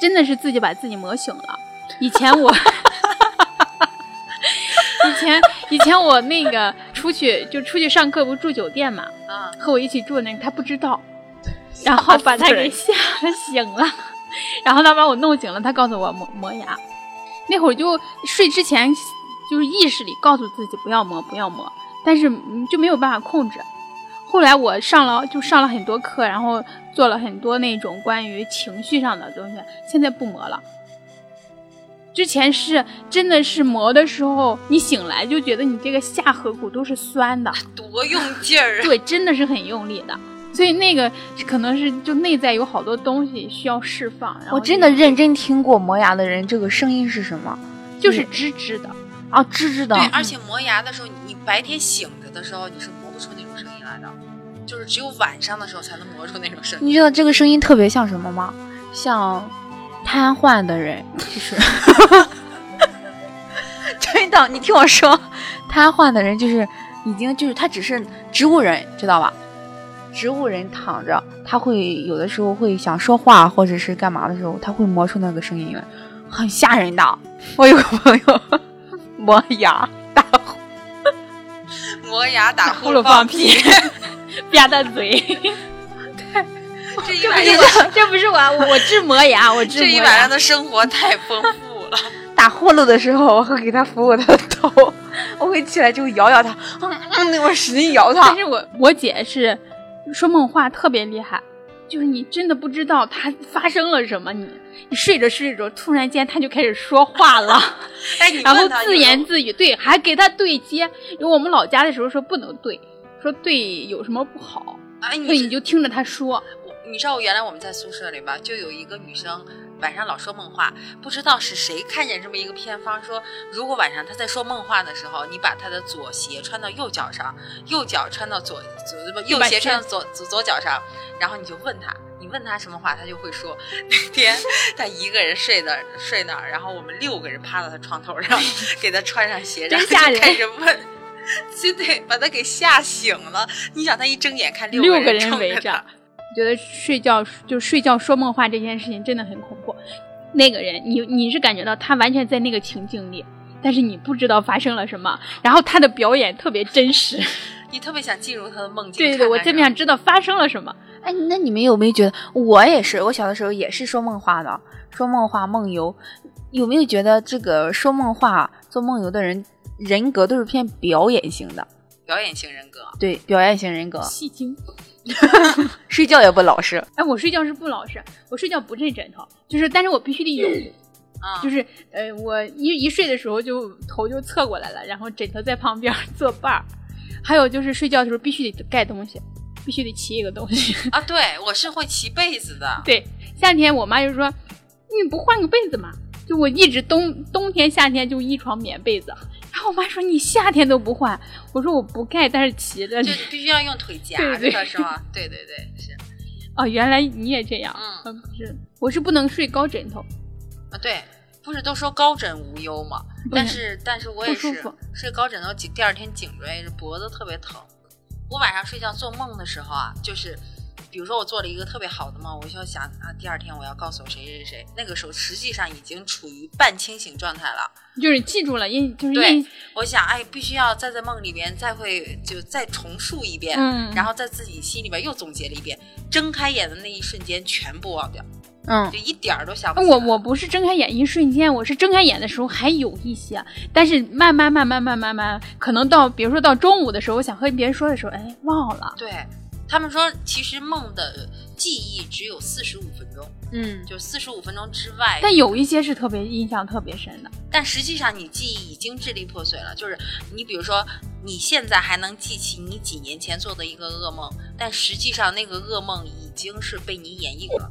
B: 真的是自己把自己磨醒了。以前我， <laughs> 以前以前我那个出去就出去上课，不住酒店嘛，
C: 啊，
B: 和我一起住的那个他不知道，然后把他给吓醒了，然后他把我弄醒了，他告诉我磨磨牙，那会儿就睡之前就是意识里告诉自己不要磨不要磨，但是嗯就没有办法控制。后来我上了就上了很多课，然后做了很多那种关于情绪上的东西，现在不磨了。之前是真的是磨的时候，你醒来就觉得你这个下颌骨都是酸的，
C: 多用劲儿啊！
B: 对，真的是很用力的。所以那个可能是就内在有好多东西需要释放。然后
D: 我真的认真听过磨牙的人，这个声音是什么？
B: 就是吱吱
C: <laughs>
B: 的，
D: 啊，吱吱的
B: 嗯
C: 对，，而且磨牙的时候，你白天醒着的时候，你是磨不出那种声音来的，就是只有晚上的时候才能磨出那种声音。
D: 你知道这个声音特别像什么吗？像瘫痪的人，就是 <laughs> 真的，你听我说，瘫痪的人就是已经就是他只是植物人，知道吧？植物人躺着，他会有的时候会想说话或者是干嘛的时候，他会磨出那个声音来，很吓人的。我有个朋友磨牙打呼，
C: 磨牙打呼
B: 呼噜
C: 放
B: 放屁， <laughs> 吧嗒嘴。
C: <laughs> 这一
B: <laughs> 这不
C: 晚
B: 是
C: 上，
B: 我，这不是我，我治磨牙，我治
C: 这
B: 磨
C: 一晚上
B: 牙。
C: 的生活太丰富了。
D: 打呼噜的时候，我会给他扶我的头，我会起来就摇摇他，嗯嗯，我使劲摇他
C: 啊
B: 但。是我我姐是说梦话特别厉害，就是你真的不知道她发生了什么，你你睡着睡着，突然间她就开始说话了。
C: 哎， <laughs> 你
B: 然后
C: 问他
B: 自言自语，对，还给他对接。因为我们老家的时候说不能对，说对有什么不好，
C: 哎，
B: 所以
C: 你
B: 你就听着他说。
C: 我你知道原来我们在宿舍里吧，就有一个女生晚上老说梦话，不知道是谁看见这么一个偏方，说如果晚上她在说梦话的时候，你把她的左鞋穿到右脚上，右脚穿到左左不右
B: 把
C: 鞋
B: 鞋
C: 穿到左左左脚上，然后你就问她，你问她什么话，她就会说。那天她一个人睡那儿睡那儿，然后我们六个人趴到她床头
B: <laughs>
C: 上，给她穿上鞋，然后
B: 真吓
C: 就
B: 人
C: 开始问。就得把她给吓醒了。你想，她一睁眼看
B: 六
C: 个
B: 个人
C: 冲
B: 围
C: 着
B: 着
C: 她，
B: 我觉得睡觉就睡觉说梦话这件事情真的很恐怖。那个人，你你是感觉到他完全在那个情境里，但是你不知道发生了什么，然后他的表演特别真 <laughs> 实。
C: 你特别想进入他的梦境。
B: 对对对，我
C: 这
B: 特别想知道发生了什么。
D: 哎，那你们有没有觉得，我也是，我小的时候也是说梦话的，说梦话梦游，有没有觉得这个说梦话做梦游的人人格都是偏表演型的？
C: 表演型人格，
D: 对，表演型人格，
B: 戏精。
D: 睡觉也不老实。
B: 哎，我睡觉是不老实，我睡觉不认枕头，就是，但是我必须得有，
C: 啊，
B: 就是呃，我一一睡的时候就头就侧过来了，然后枕头在旁边儿 <laughs> 作伴儿。还有就是睡觉的时候必须得盖东西，必须得骑一个东西。
C: 啊，对我是会骑被子的，
B: 对，夏天我妈就说：“你不换个被子吗？”就我一直冬冬天夏天就一床棉被子，然后我妈说：“你夏天都不换。”我说：“我不盖，但是骑着。
C: 就你必须要用腿夹
B: 嗯对对
C: 着，是吗？对对对，是，”
B: 哦，原来你也这样。
C: 嗯
B: 嗯，不是，我是不能睡高枕头。
C: 啊，对，不是都说高枕无忧吗？
B: 不
C: 但
B: 能
C: 是但是我也
B: 不舒
C: 是
B: 服
C: 睡高枕头，颈第二天颈椎脖子特别疼。我晚上睡觉做梦的时候啊，就是比如说我做了一个特别好的梦，我就要想啊，第二天我要告诉谁谁谁，那个时候实际上已经处于半清醒状态了。
B: 就是记住了印，就是
C: 对
B: 印，
C: 我想，哎，必须要再在梦里边再会就再重述一遍，
B: 嗯
C: 然后在自己心里边又总结了一遍。睁开眼的那一瞬间，全部忘掉，
D: 嗯，
C: 就一点儿都想不起来。
B: 我我不是睁开眼一瞬间，我是睁开眼的时候还有一些，但是慢慢慢慢慢慢慢，可能到比如说到中午的时候，我想和别人说的时候，哎，忘了。
C: 对他们说，其实梦的记忆只有四十五分钟，
D: 嗯，
C: 就四十五分钟之外，
B: 但有一些是特别印象特别深的，
C: 但实际上你记忆已经支离破碎了。就是你比如说，你现在还能记起你几年前做的一个噩梦，但实际上那个噩梦已经是被你演绎过了，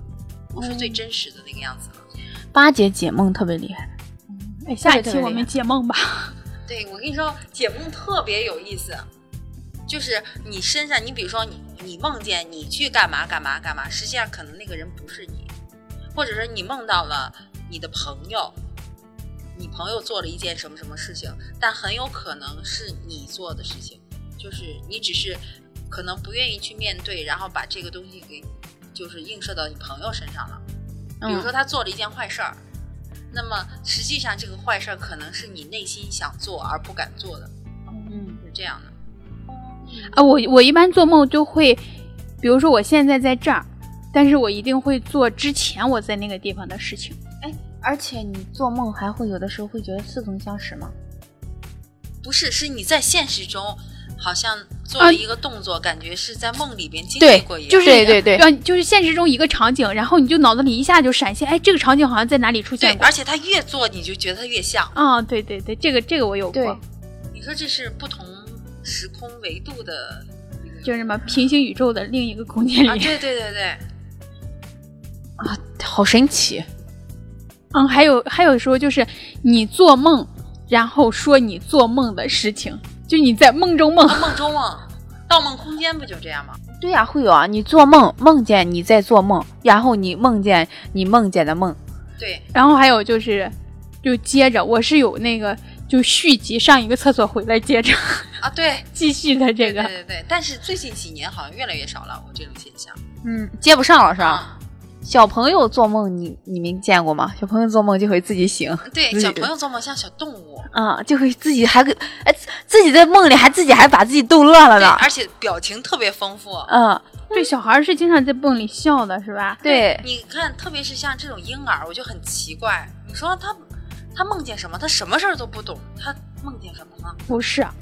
C: 不是
B: 嗯
C: 最真实的那个样子了。
D: 八姐解梦特别厉害。
B: 哎，下一
D: 特别
B: 期
D: 厉
B: 我们
D: 害
B: 解梦吧。
C: 对，我跟你说，解梦特别有意思，就是你身上，你比如说你你梦见你去干嘛干嘛干嘛，实际上可能那个人不是你，或者是你梦到了你的朋友，你朋友做了一件什么什么事情，但很有可能是你做的事情，就是你只是可能不愿意去面对，然后把这个东西给就是映射到你朋友身上了。
D: 嗯
C: 比如说
B: 嗯
C: 他做了一件坏事儿，那么实际上这个坏事儿可能是你内心想做而不敢做的，
D: 嗯，
C: 是这样的。
B: 啊，我我一般做梦就会，比如说我现在在这儿，但是我一定会做之前我在那个地方的事情。
D: 而且你做梦还会有的时候会觉得似曾相识吗？
C: 不是，是你在现实中好像做
B: 啊
C: 了一个动作，感觉是在梦里边经历过一样。
B: 就是
D: 对对对
B: 让就是现实中一个场景，然后你就脑子里一下就闪现，哎，这个场景好像在哪里出
C: 对
B: 现，过
C: 而。且他越做你就觉得他越像。
B: 啊、对对对，这个这个我有过，
C: 你说这是不同时空维度的
B: 就是什么平行宇宙的另一个空间里
C: 啊？
B: 面，
C: 对对对对，
D: 好神奇。
B: 嗯，还有还有时候就是你做梦，然后说你做梦的事情，就你在梦中梦，
C: 啊梦中梦，《盗梦空间》不就这样吗？
D: 对呀、会有啊。你做梦梦见你在做梦，然后你梦见你梦见的梦。
C: 对，
B: 然后还有就是，就接着我是有那个就续集上一个厕所回来接着 <laughs>
C: 啊对，
B: 继续的这
C: 对
B: 个，
C: 对对。但是最近几年好像越来越少了，我这种现象。
D: 嗯，接不上了是吧？小朋友做梦你你没见过吗？小朋友做梦就会自己醒。
C: 对，
D: 自己
C: 小朋友做梦像小动物，
D: 啊、就会自己还给哎自己在梦里还自己还把自己逗乐了
C: 对，
D: 呢。
C: 而且表情特别丰富。
D: 嗯，
B: 对小孩儿是经常在梦里笑的，是吧？
D: 对，
C: 你看，特别是像这种婴儿，我就很奇怪，你说他他梦见什么？他什么事儿都不懂，他梦见什么呢？
B: 不是，啊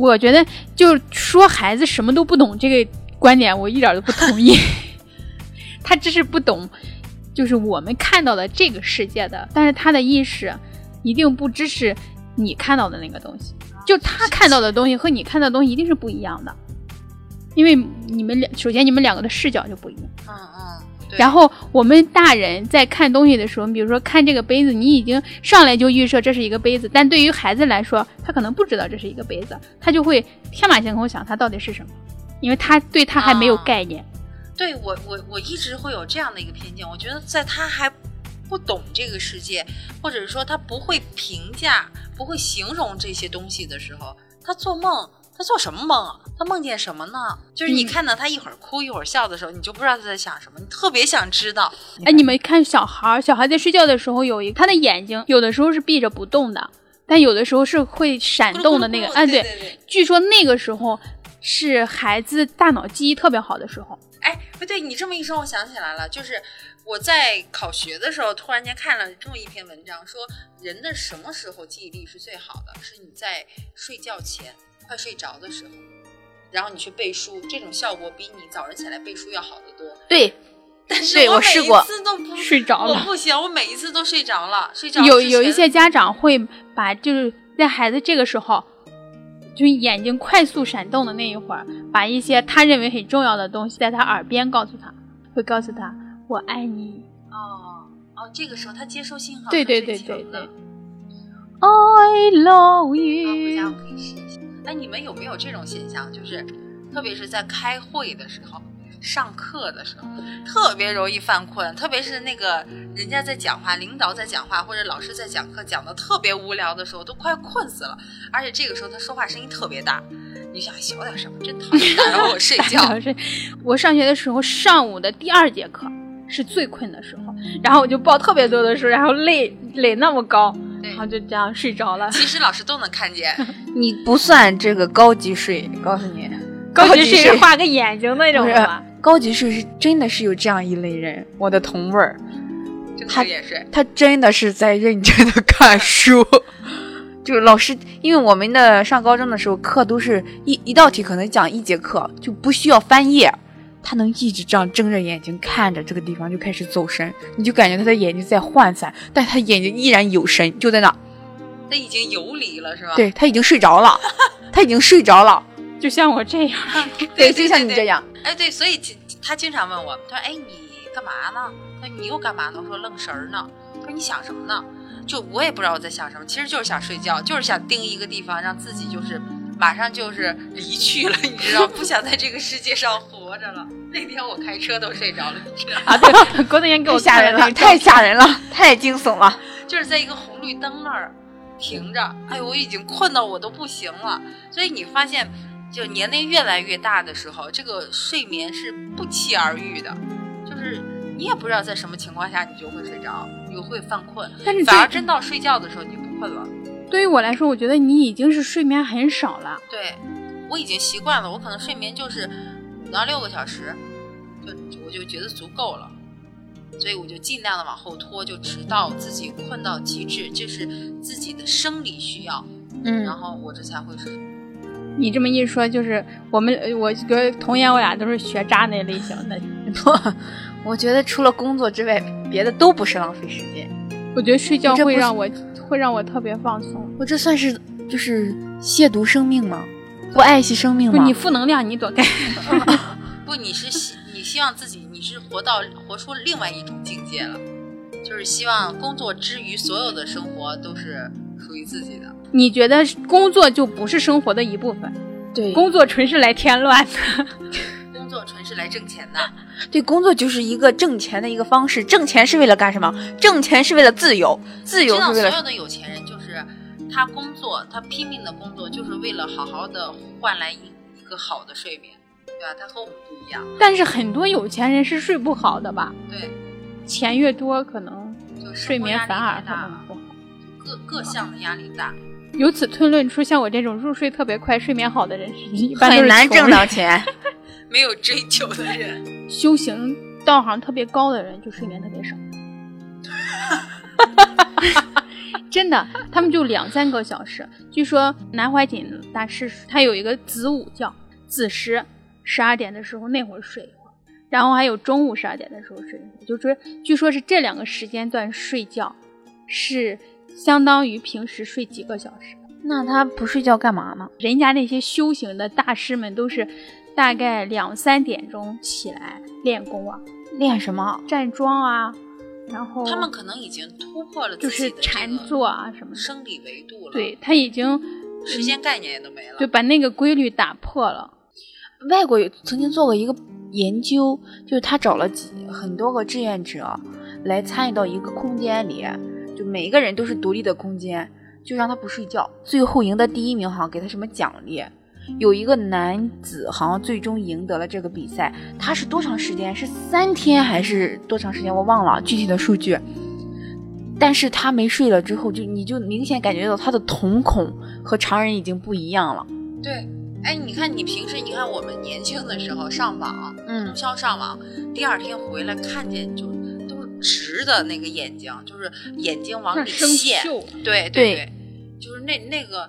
B: 我觉得就说孩子什么都不懂这个观点，我一点儿都不同意。 <laughs> 他只是不懂，就是我们看到的这个世界的，但是他的意识一定不支持你看到的那个东西。就他看到的东西和你看到的东西一定是不一样的，因为你们两，首先你们两个的视角就不一样。
C: 嗯嗯，对
B: 然后我们大人在看东西的时候，比如说看这个杯子，你已经上来就预设这是一个杯子，但对于孩子来说，他可能不知道这是一个杯子，他就会天马行空想它到底是什么，因为他对他还没有
C: 啊
B: 概念。
C: 对我我我一直会有这样的一个偏见，我觉得在他还不懂这个世界，或者是说他不会评价、不会形容这些东西的时候，他做梦他做什么梦啊？他梦见什么呢？就是你
B: 嗯
C: 看到他一会儿哭一会儿笑的时候，你就不知道他在想什么，你特别想知道。
B: 哎，你们看小孩儿，小孩在睡觉的时候有一他的眼睛，有的时候是闭着不动的，但有的时候是会闪动的那个。
C: 咕噜咕噜咕噜
B: 哎，
C: 对
B: 对，
C: 对对
B: 据说那个时候是孩子大脑记忆特别好的时候。
C: 哎，不对，你这么一说，我想起来了，就是我在考学的时候，突然间看了这么一篇文章，说人的什么时候记忆力是最好的？是你在睡觉前快睡着的时候，然后你去背书，这种效果比你早上起来背书要好得多。
D: 对，
C: 但是
D: 对
C: 我
D: 我试过
C: 每一次都不
B: 睡着了
C: 我不行，我每一次都睡着了，睡着
B: 有
C: 之
B: 有一
C: 前
B: 些家长会把就是在孩子这个时候，就是眼睛快速闪动的那一会儿，把一些他认为很重要的东西在他耳边告诉他，会告诉他“我爱你
C: 哦哦，这个时候他接收信”。号
B: 对
C: 是
B: 对
C: 最
B: 对
C: 强的
B: 对对。I love
C: 啊，回家我
D: 嗯
B: you。
C: 可以试一下。哎，你们有没有这种现象？就是，特别是在开会的时候、上课的时候，特别容易犯困。特别是那个人家在讲话，领导在讲话，或者老师在讲课，讲的特别无聊的时候，都快困死了。而且这个时候他说话声音特别大，你想小点声，真讨厌，打扰我睡
B: <laughs>
D: <laughs>
C: 觉。
B: 是，我上学的时候，上午的第二节课是最困的时候，然后我就报特别多的书，然后累累那么高，
C: 对
B: 然后就这样睡着了。
C: 其实老师都能看见，
D: 你不算这个高级税，告诉你，
B: 高级
D: 睡
B: 是画个眼睛那种
D: 不是
B: 的吧？
D: 高级税是真的是有这样一类人，我的同辈儿，
C: 真
D: 他
C: 的也是。
D: 他真的是在认真的看书。 <laughs> 就是老师，因为我们的上高中的时候课都是一一道题可能讲一节课，就不需要翻页，他能一直这样睁着眼睛看着这个地方就开始走神，你就感觉他的眼睛在涣散，但他眼睛依然有神，就在那，
C: 他已经游离了，是吧？
D: 对他已经睡着 <laughs> 了，他已经睡着了，
B: 就像我这样，
D: 对，就像你这
C: 样。
D: 样，
C: 哎，对，所以其他经常问我，他说：“哎，你干嘛呢？”他说：“你又干嘛呢？”我说：“愣神儿呢。”他说：“你想什么呢？”就我也不知道我在想什么，其实就是想睡觉，就是想盯一个地方，让自己就是马上就是离去了，你知道，不想在这个世界上活着了。那天我开车都睡着了，你知道吗，
B: 啊，对，郭德纲给
D: 太
B: 我
D: 吓
B: 看
D: 人
B: 的那
D: 了，
B: 个
D: 太
B: 照片
D: 吓人了，太惊悚了。
C: 就是在一个红绿灯那儿停着，哎，我已经困到我都不行了。所以你发现，就年龄越来越大的时候，这个睡眠是不期而遇的，就是你也不知道在什么情况下你就会睡着，你就会犯困，
B: 但是
C: 反而
B: 对
C: 真到睡觉的时候你就不困了。
B: 对于我来说，我觉得你已经是睡眠很少了。
C: 对我已经习惯了，我可能睡眠就是五到六个小时，就我就觉得足够了，所以我就尽量的往后拖，就直到自己困到极致，就是自己的生理需要，
D: 嗯 <laughs>
C: 然后我这才会睡。
B: 你这么一说，就是我们，呃我觉得童言我俩都是学渣那类型的。
D: 我觉得除了工作之外，别的都不是浪费时间。
B: 我觉得睡觉
D: 这不
B: 会
D: 是
B: 让我会让我特别放松。
D: 我这算是就是亵渎生命吗？不爱惜生命
B: 不，
D: 吗？
B: 你负能量你躲开。
C: 不，你是希你希望自己你是活到活出另外一种境界了，就是希望工作之余所有的生活都是属于自己的。
B: 你觉得工作就不是生活的一部分，
D: 对工
B: 工作纯是来添乱的。 <laughs>
C: 工作纯是来挣钱的，
D: 对工作就是一个挣钱的一个方式。挣钱是为了干什么？挣钱是为了自由，自由
C: 知
D: 是
C: 道
D: 为
C: 所
D: 了
C: 有的有钱人就是他工作，他拼命的工作，就是为了好好的换来一一个好的睡眠，对吧？他和我们不一样，
B: 但是很多有钱人是睡不好的吧？
C: 对，
B: 钱越多，可能
C: 就
B: 睡
C: 生活
B: 眠
C: 压力
B: 反而
C: 太
B: 可
C: 大
B: 能
C: 了，
B: 不好。
C: 各各项的压力大。
B: 由此推论出，像我这种入睡特别快、睡眠好的人，是一般都是
D: 很难
B: 穷
D: 挣
B: 人
D: 到钱。
C: 没有追求的人，
B: <laughs> 修行道行特别高的人，就睡眠特别少。 <laughs> 真的，他们就两三个小时。据说南怀瑾大师他有一个子午觉，子时十二点的时候那会儿睡一会儿，然后还有中午十二点的时候睡一会儿，就说据说是这两个时间段睡觉是相当于平时睡几个小时。
D: 那他不睡觉干嘛呢？
B: 人家那些修行的大师们都是大概两三点钟起来练功啊，
D: <laughs> 练什么？
B: 站桩啊，然后
C: 他们可能已经突破了
B: 就
C: 自己
B: 是
C: 的这个
B: 禅坐啊什么的。
C: 生理维度了，
B: 对，他已经
C: 时间概念也都没了。
B: 对把那个规律打破了。
D: 外国有曾经做过一个研究，就是他找了几很多个志愿者来参与到一个空间里，就每一个人都是独立的空间，就让他不睡觉，最后赢得第一名好像给他什么奖励，有一个男子好像最终赢得了这个比赛，他是多长时间？是三天还是多长时间？我忘了具体的数据。但是他没睡了之后，就你就明显感觉到他的瞳孔和常人已经不一样了。
C: 对，哎，你看你平时，你看我们年轻的时候上网，
D: 嗯
C: 通，宵上网，第二天回来看见就都是直的那个眼睛，就是眼睛往
B: 那
C: 里
B: 生
C: 陷，
B: 锈了。
C: 对
D: 对
C: 对，就是那那个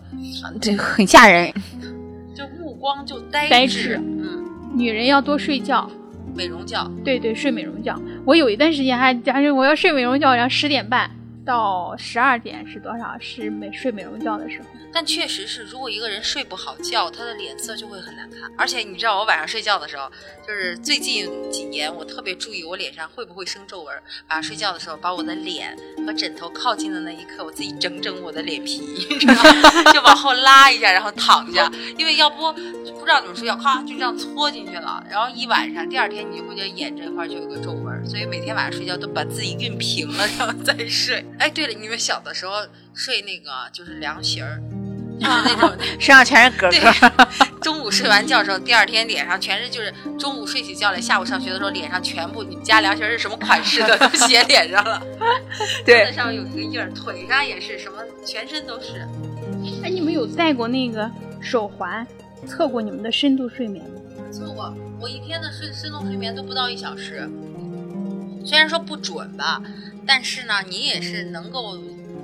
D: 这很吓人。
C: 就目光就呆
B: 呆滞
C: 滞，嗯，
B: 女人要多睡觉，
C: 美容觉，
B: 对对，睡美容觉。我有一段时间还还是我要睡美容觉，然后十点半到十二点是多少？是美睡美容觉的时候。
C: 但确实是，如果一个人睡不好觉，他的脸色就会很难看。而且你知道，我晚上睡觉的时候，就是最近几年，我特别注意我脸上会不会生皱纹。晚上睡觉的时候，把我的脸和枕头靠近的那一刻，我自己整整我的脸皮， <laughs> 你知道吗？就往后拉一下，然后躺下，因为要不不知道怎么睡觉，咔就这样搓进去了。然后一晚上，第二天你就会觉得眼这块就有个皱纹，所以每天晚上睡觉都把自己熨平了，然后再睡。哎，对了，你们小的时候睡那个就是凉席儿。就是啊那种
D: 身上全是格格。
C: 对，中午睡完觉之后，第二天脸上全是，就是中午睡起觉来，下午上学的时候脸上全部，你们家凉席儿是什么款式的都写脸上了，
D: 对
C: 桌子上有一个印儿，腿上也是，什么全身都是。
B: 哎，你们有戴过那个手环，测过你们的深度睡眠吗？
C: 所以我我一天的深深度睡眠都不到一小时，虽然说不准吧，但是呢，你也是能够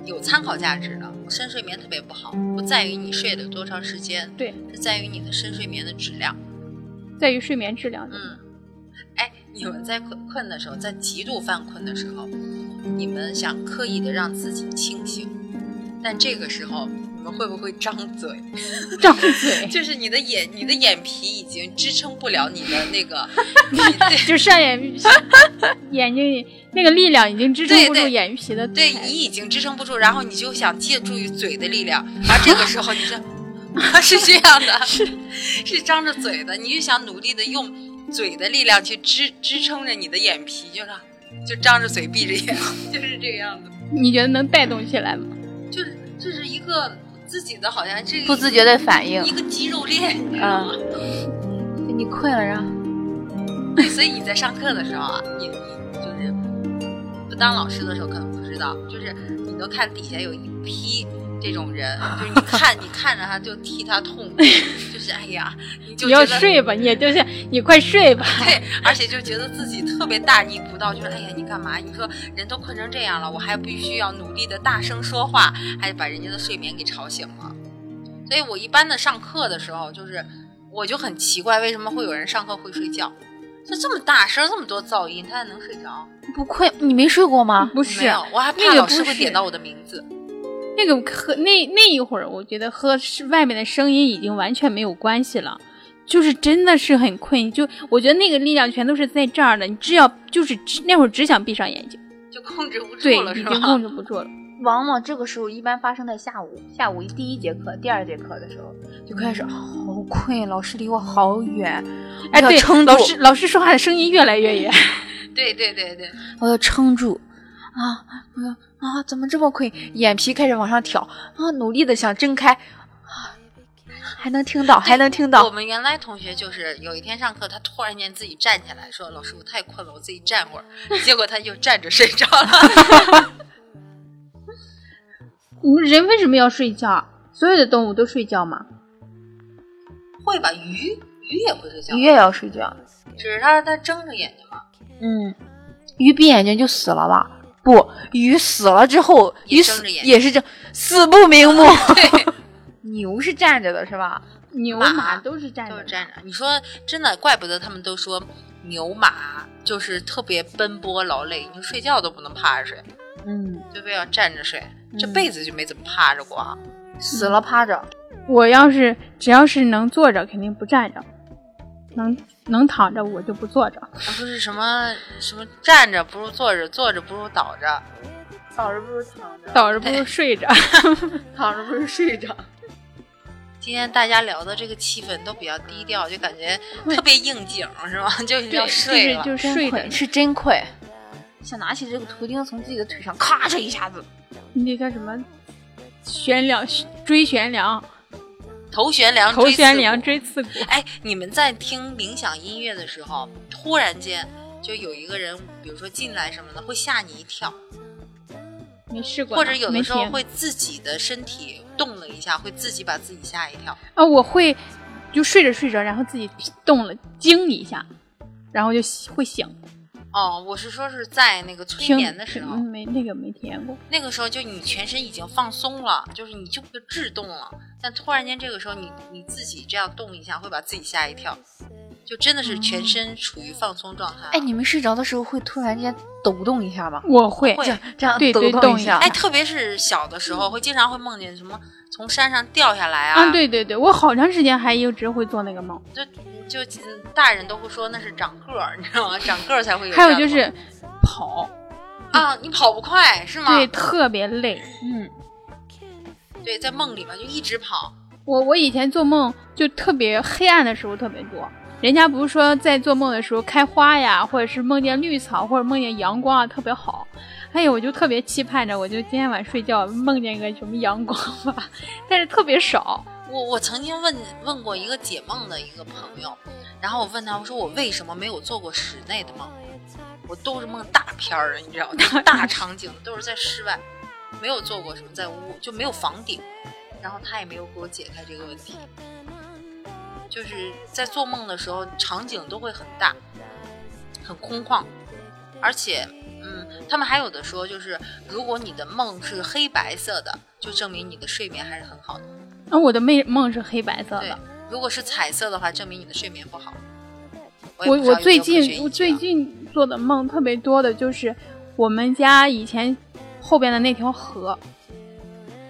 C: 有参考价值的。深睡眠特别不好，不在于你睡了多长时间，
B: 对，
C: 是在于你的深睡眠的质量。
B: 在于睡眠质量。
C: 嗯，哎，你们在困困的时候，在极度犯困的时候，你们想刻意的让自己清醒，但这个时候你们会不会张嘴？
B: 张嘴
C: 就是你的眼，你的眼皮已经支撑不了你的那个，你对
B: 就上眼眼睛那个力量已经支撑
C: 对
B: 不住
C: 对
B: 眼皮的
C: 对
B: 抬
C: 你已经支撑不住，然后你就想借助于嘴的力量，而这个时候你是 <laughs> 是这样的，是是张着嘴的，你就想努力的用嘴的力量去支支撑着你的眼皮，就是就张着嘴闭着眼，就是这样的。
B: 你觉得能带动起来吗？
C: 就是这是一个自己的，好像这
D: 不自觉的反应
C: 一个肌肉链， <laughs> 你知道
D: 啊
C: 吗？。
D: 你困了，然后
C: 对，所以你在上课的时候啊，你你就是不当老师的时候可能不知道，就是你都看底下有一批。这种人，就是你看，你看着他就替他痛苦， <laughs> 就是哎呀，你就
B: 你要
C: 觉得
B: 睡吧，你也就是你快睡吧。
C: <laughs> 对，而且就觉得自己特别大逆不道，就是哎呀，你干嘛？你说人都困成这样了，我还必须要努力的大声说话，还把人家的睡眠给吵醒了。所以我一般的上课的时候，就是我就很奇怪，为什么会有人上课会睡觉？就这么大声，这么多噪音，他还能睡着？
D: 不困，你没睡过吗？
B: 不
C: 没
B: 是
C: 有，我还
B: 那
C: 怕
B: 个
C: 老师
B: 不
C: 会
B: 是
C: 点到我的名字。
B: 那个和那那一会儿，我觉得和是外面的声音已经完全没有关系了，就是真的是很困。就我觉得那个力量全都是在这儿的，你只要就是只那会儿只想闭上眼睛，
C: 就控制不
B: 对
C: 住了，，
B: 已
C: 是
B: 经
C: 吧
B: 控？制不住了。
D: 往往这个时候一般发生在下午，下午第一节课、第二节课的时候就开始好困，老师离我好远，
B: 哎，
D: 要
B: 对，
D: 撑住
B: 老师老师说话的声音越来越远。
C: 对对对对，
D: 我要撑住啊！我要啊，怎么这么困？眼皮开始往上挑啊，努力的想睁开啊，还能听到，还能听
C: 我
D: 到。
C: 们原来同学就是有一天上课，他突然间自己站起来说：“老师，我太困了，我自己站会儿。”结果他就站着睡着了。
B: 人为什么要睡觉？所有的动物都睡觉吗？
C: 会吧？鱼鱼也会睡觉
D: 鱼，也要睡觉，
C: 只是它它睁着眼睛嘛。
D: 嗯，鱼闭眼睛就死了吧？不，鱼死了之后，
C: 也
D: 鱼
C: 睁
D: 死
C: 着眼
D: 也是这死不瞑目。牛是站着的，是吧？
B: 牛
C: 马
D: 啊
B: 马都是站着
C: 都
B: 的，
C: 是站着。你说真的，怪不得他们都说牛马就是特别奔波劳累，你就睡觉都不能趴着睡，
D: 嗯，
C: 就非要站着睡，这辈子就没怎么趴着过啊。
D: 死了趴着。
B: 我要是只要是能坐着，肯定不站着；能能躺着，我就不坐着。
C: 啊不是什么什么站着不如坐着，坐着不如倒着，
D: 倒着不如躺着，
B: 倒着不如睡
C: 哎
B: 着。
D: 躺着不如睡着。
C: 今天大家聊的这个气氛都比较低调，就感觉特别应景，是吧？ <laughs> 就是要睡了。
B: 就是就是
D: 真
B: 睡着
D: 困，。是真困。想拿起这个图钉，从自己的腿上咔嚓一下子，
C: 啊
B: 那叫什么？悬梁，追悬梁，
C: 头悬梁，
B: 头悬梁。锥刺股。
C: 哎，你们在听冥想音乐的时候，突然间就有一个人，比如说进来什么的，会吓你一跳，
B: 没试过呢，
C: 或者有
B: 没
C: 的时候
B: 听
C: 会自己的身体动了一下，会自己把自己吓一跳。
B: 啊，我会就睡着睡着，然后自己动了，惊一下，然后就醒会醒。
C: 哦，我是说是在那个催
B: 听
C: 眠的时候
B: 嗯，没那个没体验过。
C: 那个时候就你全身已经放松了，就是你就不制动了，但突然间这个时候你你自己这样动一下，会把自己吓一跳，就真的是
B: 嗯
C: 全身处于放松状态。
D: 哎，你们睡着的时候会突然间抖动一下吗？
B: 我会，
C: 会
D: 这样这样
B: 对
D: 抖
B: 对
D: 动
B: 动
D: 一
B: 一下。
D: 下 <laughs>
C: 哎，特别是小的时候，会经常会梦见什么从山上掉下来啊，
B: 嗯啊，对对对，我好长时间还一直会做那个梦。
C: 就，就嗯大人都会说那是长个儿，你知道吗？长个儿才会有这
B: 还
C: 样
B: 有
C: 的梦。
B: 就是跑，
C: 啊，你跑不快是吗？
B: 对，特别累。
D: 嗯，
C: 对在梦里面就一直跑，
B: 我我以前做梦就特别黑暗的时候特别多。人家不是说在做梦的时候开花呀，或者是梦见绿草，或者梦见阳光啊，特别好。哎呀，我就特别期盼着，我就今天晚上睡觉梦见个什么阳光吧， <laughs> 但是特别少。
C: 我我曾经问问过一个解梦的一个朋友，然后我问他，我说我为什么没有做过室内的梦？我都是梦大片儿的，啊你知道吗？就大场景都是在室外，没有做过什么在屋，就没有房顶。然后他也没有给我解开这个问题，就是在做梦的时候，场景都会很大，很空旷，而且，嗯，他们还有的说，就是如果你的梦是黑白色的，就证明你的睡眠还是很好的。
B: 那、嗯我的梦梦是黑白色
C: 对
B: 的。，
C: 如果是彩色的话，证明你的睡眠不好。也不知道
B: 我我
C: 有没有
B: 最
C: 科学依
B: 近
C: 据
B: 我最
C: 啊
B: 近做的梦特别多的就是我们家以前后边的那条河，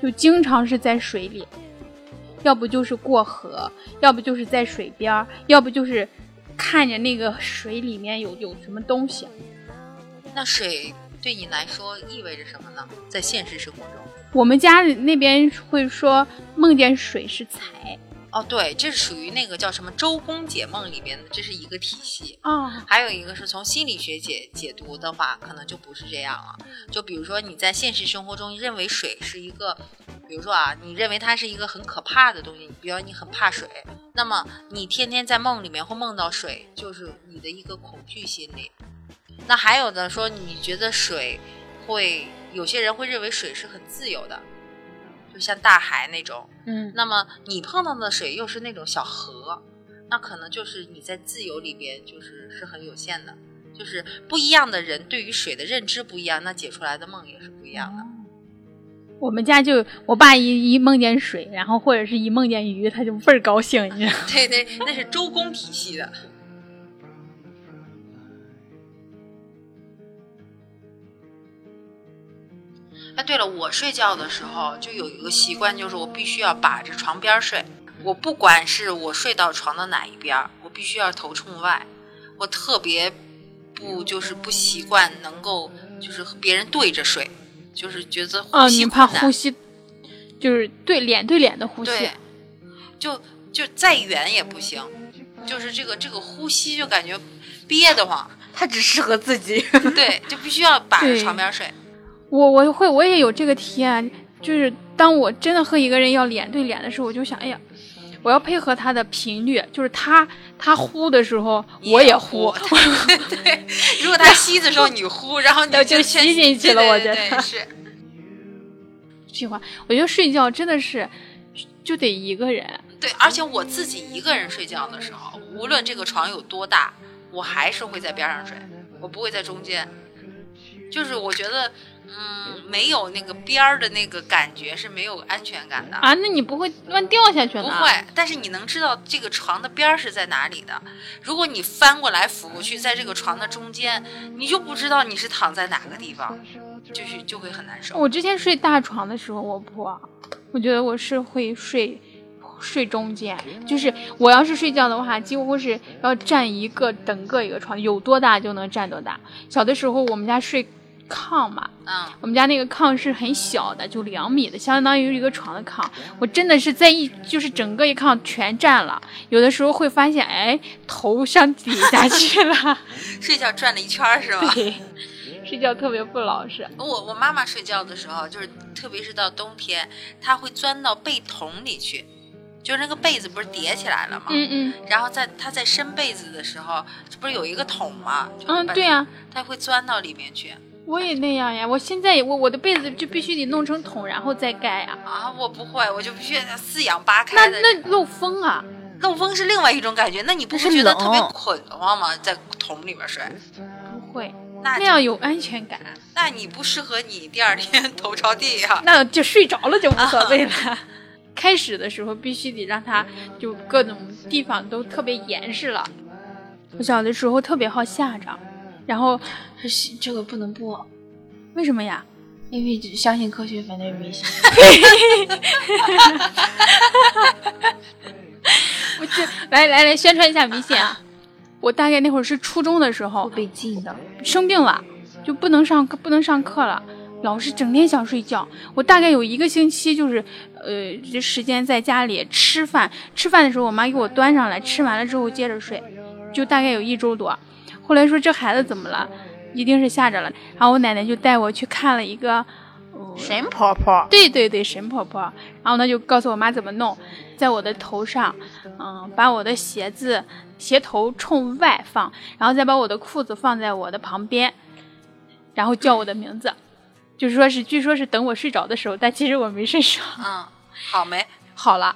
B: 就经常是在水里，要不就是过河，要不就是在水边儿，要不就是看着那个水里面有有什么东西。
C: 那水对你来说意味着什么呢？在现实生活中，
B: 我们家那边会说梦见水是财
C: 哦，对，这是属于那个叫什么周公解梦里边的，这是一个体系。
B: 啊，
C: 还有一个是从心理学解解读的话，可能就不是这样了。就比如说你在现实生活中认为水是一个，比如说啊，你认为它是一个很可怕的东西，比如你很怕水，那么你天天在梦里面会梦到水，就是你的一个恐惧心理。那还有的说，你觉得水会，有些人会认为水是很自由的，就像大海那种。
D: 嗯，
C: 那么你碰到的水又是那种小河，那可能就是你在自由里边就是是很有限的，就是不一样的人对于水的认知不一样，那解出来的梦也是不一样的。
B: 我们家就我爸一一梦见水，然后或者是一梦见鱼，他就倍儿高兴，你知道吗。
C: 对对，那是周公体系的。哎，对了，我睡觉的时候就有一个习惯，就是我必须要把着床边儿睡。我不管是我睡到床的哪一边儿，我必须要头冲外。我特别不就是不习惯能够就是和别人对着睡，就是觉得
B: 啊，
C: 呼吸
B: 你怕
C: 困难
B: 呼吸，就是对脸对脸的呼吸。
C: 对，就就再远也不行，就是这个这个呼吸就感觉憋得慌，
D: 他只适合自 <laughs> 己。
C: 对，就必须要把着
B: 对
C: 床边睡。
B: 我我会我也有这个体验，就是当我真的和一个人要脸对脸的时候，我就想，哎呀，我要配合他的频率，就是他他呼的时候，
C: 你
B: 我
C: 也
B: 也
C: 呼
B: 呼，
C: <laughs> 对，如果他吸的时候你呼，然后你
B: 就
C: 全
B: 吸进去了
C: 对
B: 我
C: 对
B: 觉
C: 对是。
B: 喜欢。我觉得睡觉真的是就得一个人，
C: 对，而且我自己一个人睡觉的时候，无论这个床有多大，我还是会在边上睡，我不会在中间。就是我觉得，嗯，没有那个边儿的那个感觉是没有安全感的。
B: 啊，那你不会乱掉下去呢？
C: 不会，但是你能知道这个床的边儿是在哪里的。如果你翻过来俯过去，在这个床的中间，你就不知道你是躺在哪个地方，就是就会很难受。
B: 我之前睡大床的时候，我不，啊我觉得我是会睡睡中间，就是我要是睡觉的话，几乎是要占一个整个一个床，有多大就能占多大。小的时候我们家睡炕嘛，
C: 嗯，
B: 我们家那个炕是很小的，就两米的，相当于一个床的炕。我真的是在一就是整个一炕全占了，有的时候会发现，哎，头上底下去了，
C: 嗯睡觉转了一圈儿是吧？ <laughs>
B: 对， <laughs> 睡觉特别不老实。
C: 我我妈妈睡觉的时候，就是特别是到冬天，她会钻到被筒里去，就是那个被子不是叠起来了吗？
B: 嗯嗯
C: 然后在他在伸被子的时候，这不是有一个桶吗？就是
B: 嗯，
C: 把
B: 对呀、
C: 他会钻到里面去
B: 我也那样呀。我现在也我我的被子就必须得弄成桶，然后再盖啊。
C: 啊！我不会，我就必须四仰八
B: 那
C: 开的。
B: 那漏风啊，
C: 漏风是另外一种感觉，那你不
D: 那
C: 会
D: 是
C: 觉得
D: 冷
C: 特别捆得慌吗？在桶里面睡，
B: 嗯不会，
C: 那
B: 那样有安全感，
C: 那你不适合你第二天 <laughs> 头朝地呀、
B: 那就睡着了就无所谓了。 <laughs> 开始的时候必须得让它就各种地方都特别严实了。我小的时候特别好下掌，然后
E: 这个不能播，
B: 为什么呀？ <laughs>
E: 因为相信科学，反对迷信。
B: 我这来来来宣传一下迷信啊！我大概那会儿是初中的时候，
E: 被禁的，
B: 生病了，就不能上课，不能上课了。老是整天想睡觉，我大概有一个星期就是，呃，这时间在家里吃饭，吃饭的时候我妈给我端上来，吃完了之后接着睡，就大概有一周多。后来说这孩子怎么了，一定是吓着了。然后我奶奶就带我去看了一个，呃
D: 神婆婆，
B: 对对对，神婆婆。然后她就告诉我妈怎么弄，在我的头上，嗯，把我的鞋子鞋头冲外放，然后再把我的裤子放在我的旁边，然后叫我的名字，就是说是据说是等我睡着的时候，但其实我没睡着。 <laughs>
C: 嗯，好没？
B: 好了，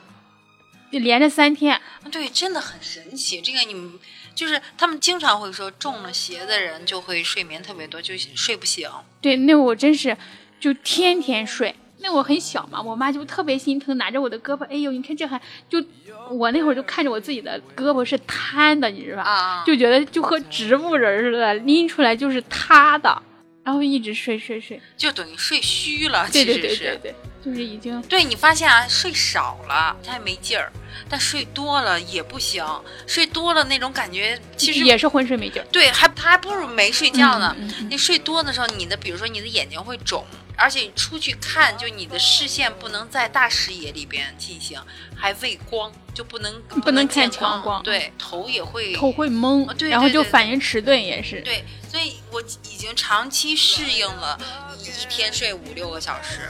B: 就连着三天，
C: 对，真的很神奇。这个你们就是他们经常会说，中了邪的人就会睡眠特别多，就睡不醒。
B: 对，那我真是就天天睡。那我很小嘛，我妈就特别心疼，拿着我的胳膊，哎呦，你看这还就我那会儿就看着我自己的胳膊是瘫的，你知道吧？
C: 啊
B: 就觉得就和植物人似的，拎出来就是塌的，然后一直睡睡睡，
C: 就等于睡虚了，
B: 对
C: 其实
B: 对
C: 是。
B: 对对对，就是已经
C: 对你发现啊，睡少了它还没劲儿，但睡多了也不行。睡多了那种感觉，其实
B: 也是浑身没劲儿，
C: 对，还他还不如没睡觉呢。
B: 嗯嗯嗯
C: 你睡多的时候，你的比如说你的眼睛会肿，而且你出去看，就你的视线不能在大视野里边进行，还畏光，就不能
B: 不能看
C: 见
B: 强光
C: 对，头也会
B: 头会懵，
C: 嗯哦对对
B: 然后就
C: 对
B: 反应迟钝也是。
C: 对，所以我已经长期适应了一天睡五六个小时，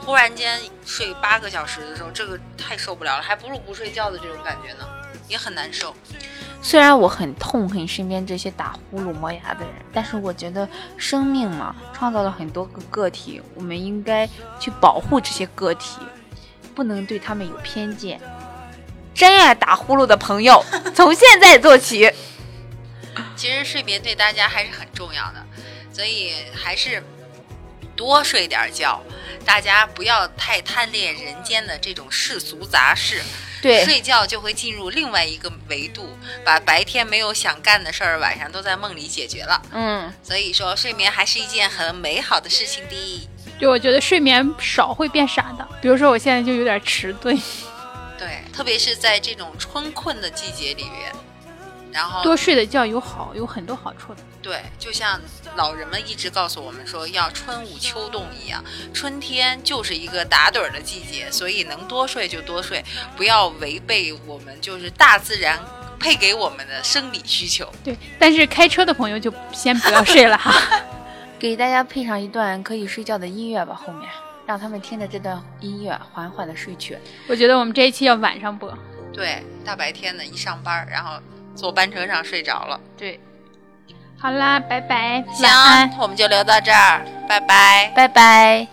C: 忽然间睡八个小时的时候，这个太受不了了，还不如不睡觉的这种感觉呢，也很难受。
D: 虽然我很痛恨身边这些打呼噜磨牙的人，但是我觉得生命嘛，创造了很多个个体，我们应该去保护这些个体，不能对他们有偏见。真爱打呼噜的朋友，从现在做起。
C: 其实睡眠对大家还是很重要的，所以还是多睡点觉，大家不要太贪恋人间的这种世俗杂事。
D: 对，
C: 睡觉就会进入另外一个维度，把白天没有想干的事儿，晚上都在梦里解决了。
D: 嗯，
C: 所以说，睡眠还是一件很美好的事情的。
B: 就我觉得睡眠少会变傻的，比如说我现在就有点迟钝，
C: 对，特别是在这种春困的季节里面，然后
B: 多睡的觉有好有很多好处的。
C: 对，就像老人们一直告诉我们说要春捂秋冻一样，春天就是一个打盹儿的季节，所以能多睡就多睡，不要违背我们就是大自然配给我们的生理需求。
B: 对，但是开车的朋友就先不要睡
C: <laughs>
B: 了哈。
D: 给大家配上一段可以睡觉的音乐吧，后面让他们听着这段音乐缓缓的睡去。
B: 我觉得我们这一期要晚上播，
C: 对，大白天的一上班儿，然后坐班车上睡着了。
D: 对，
B: 好啦，拜拜，晚安。
C: 行，我们就聊到这儿，拜拜。
D: 拜拜。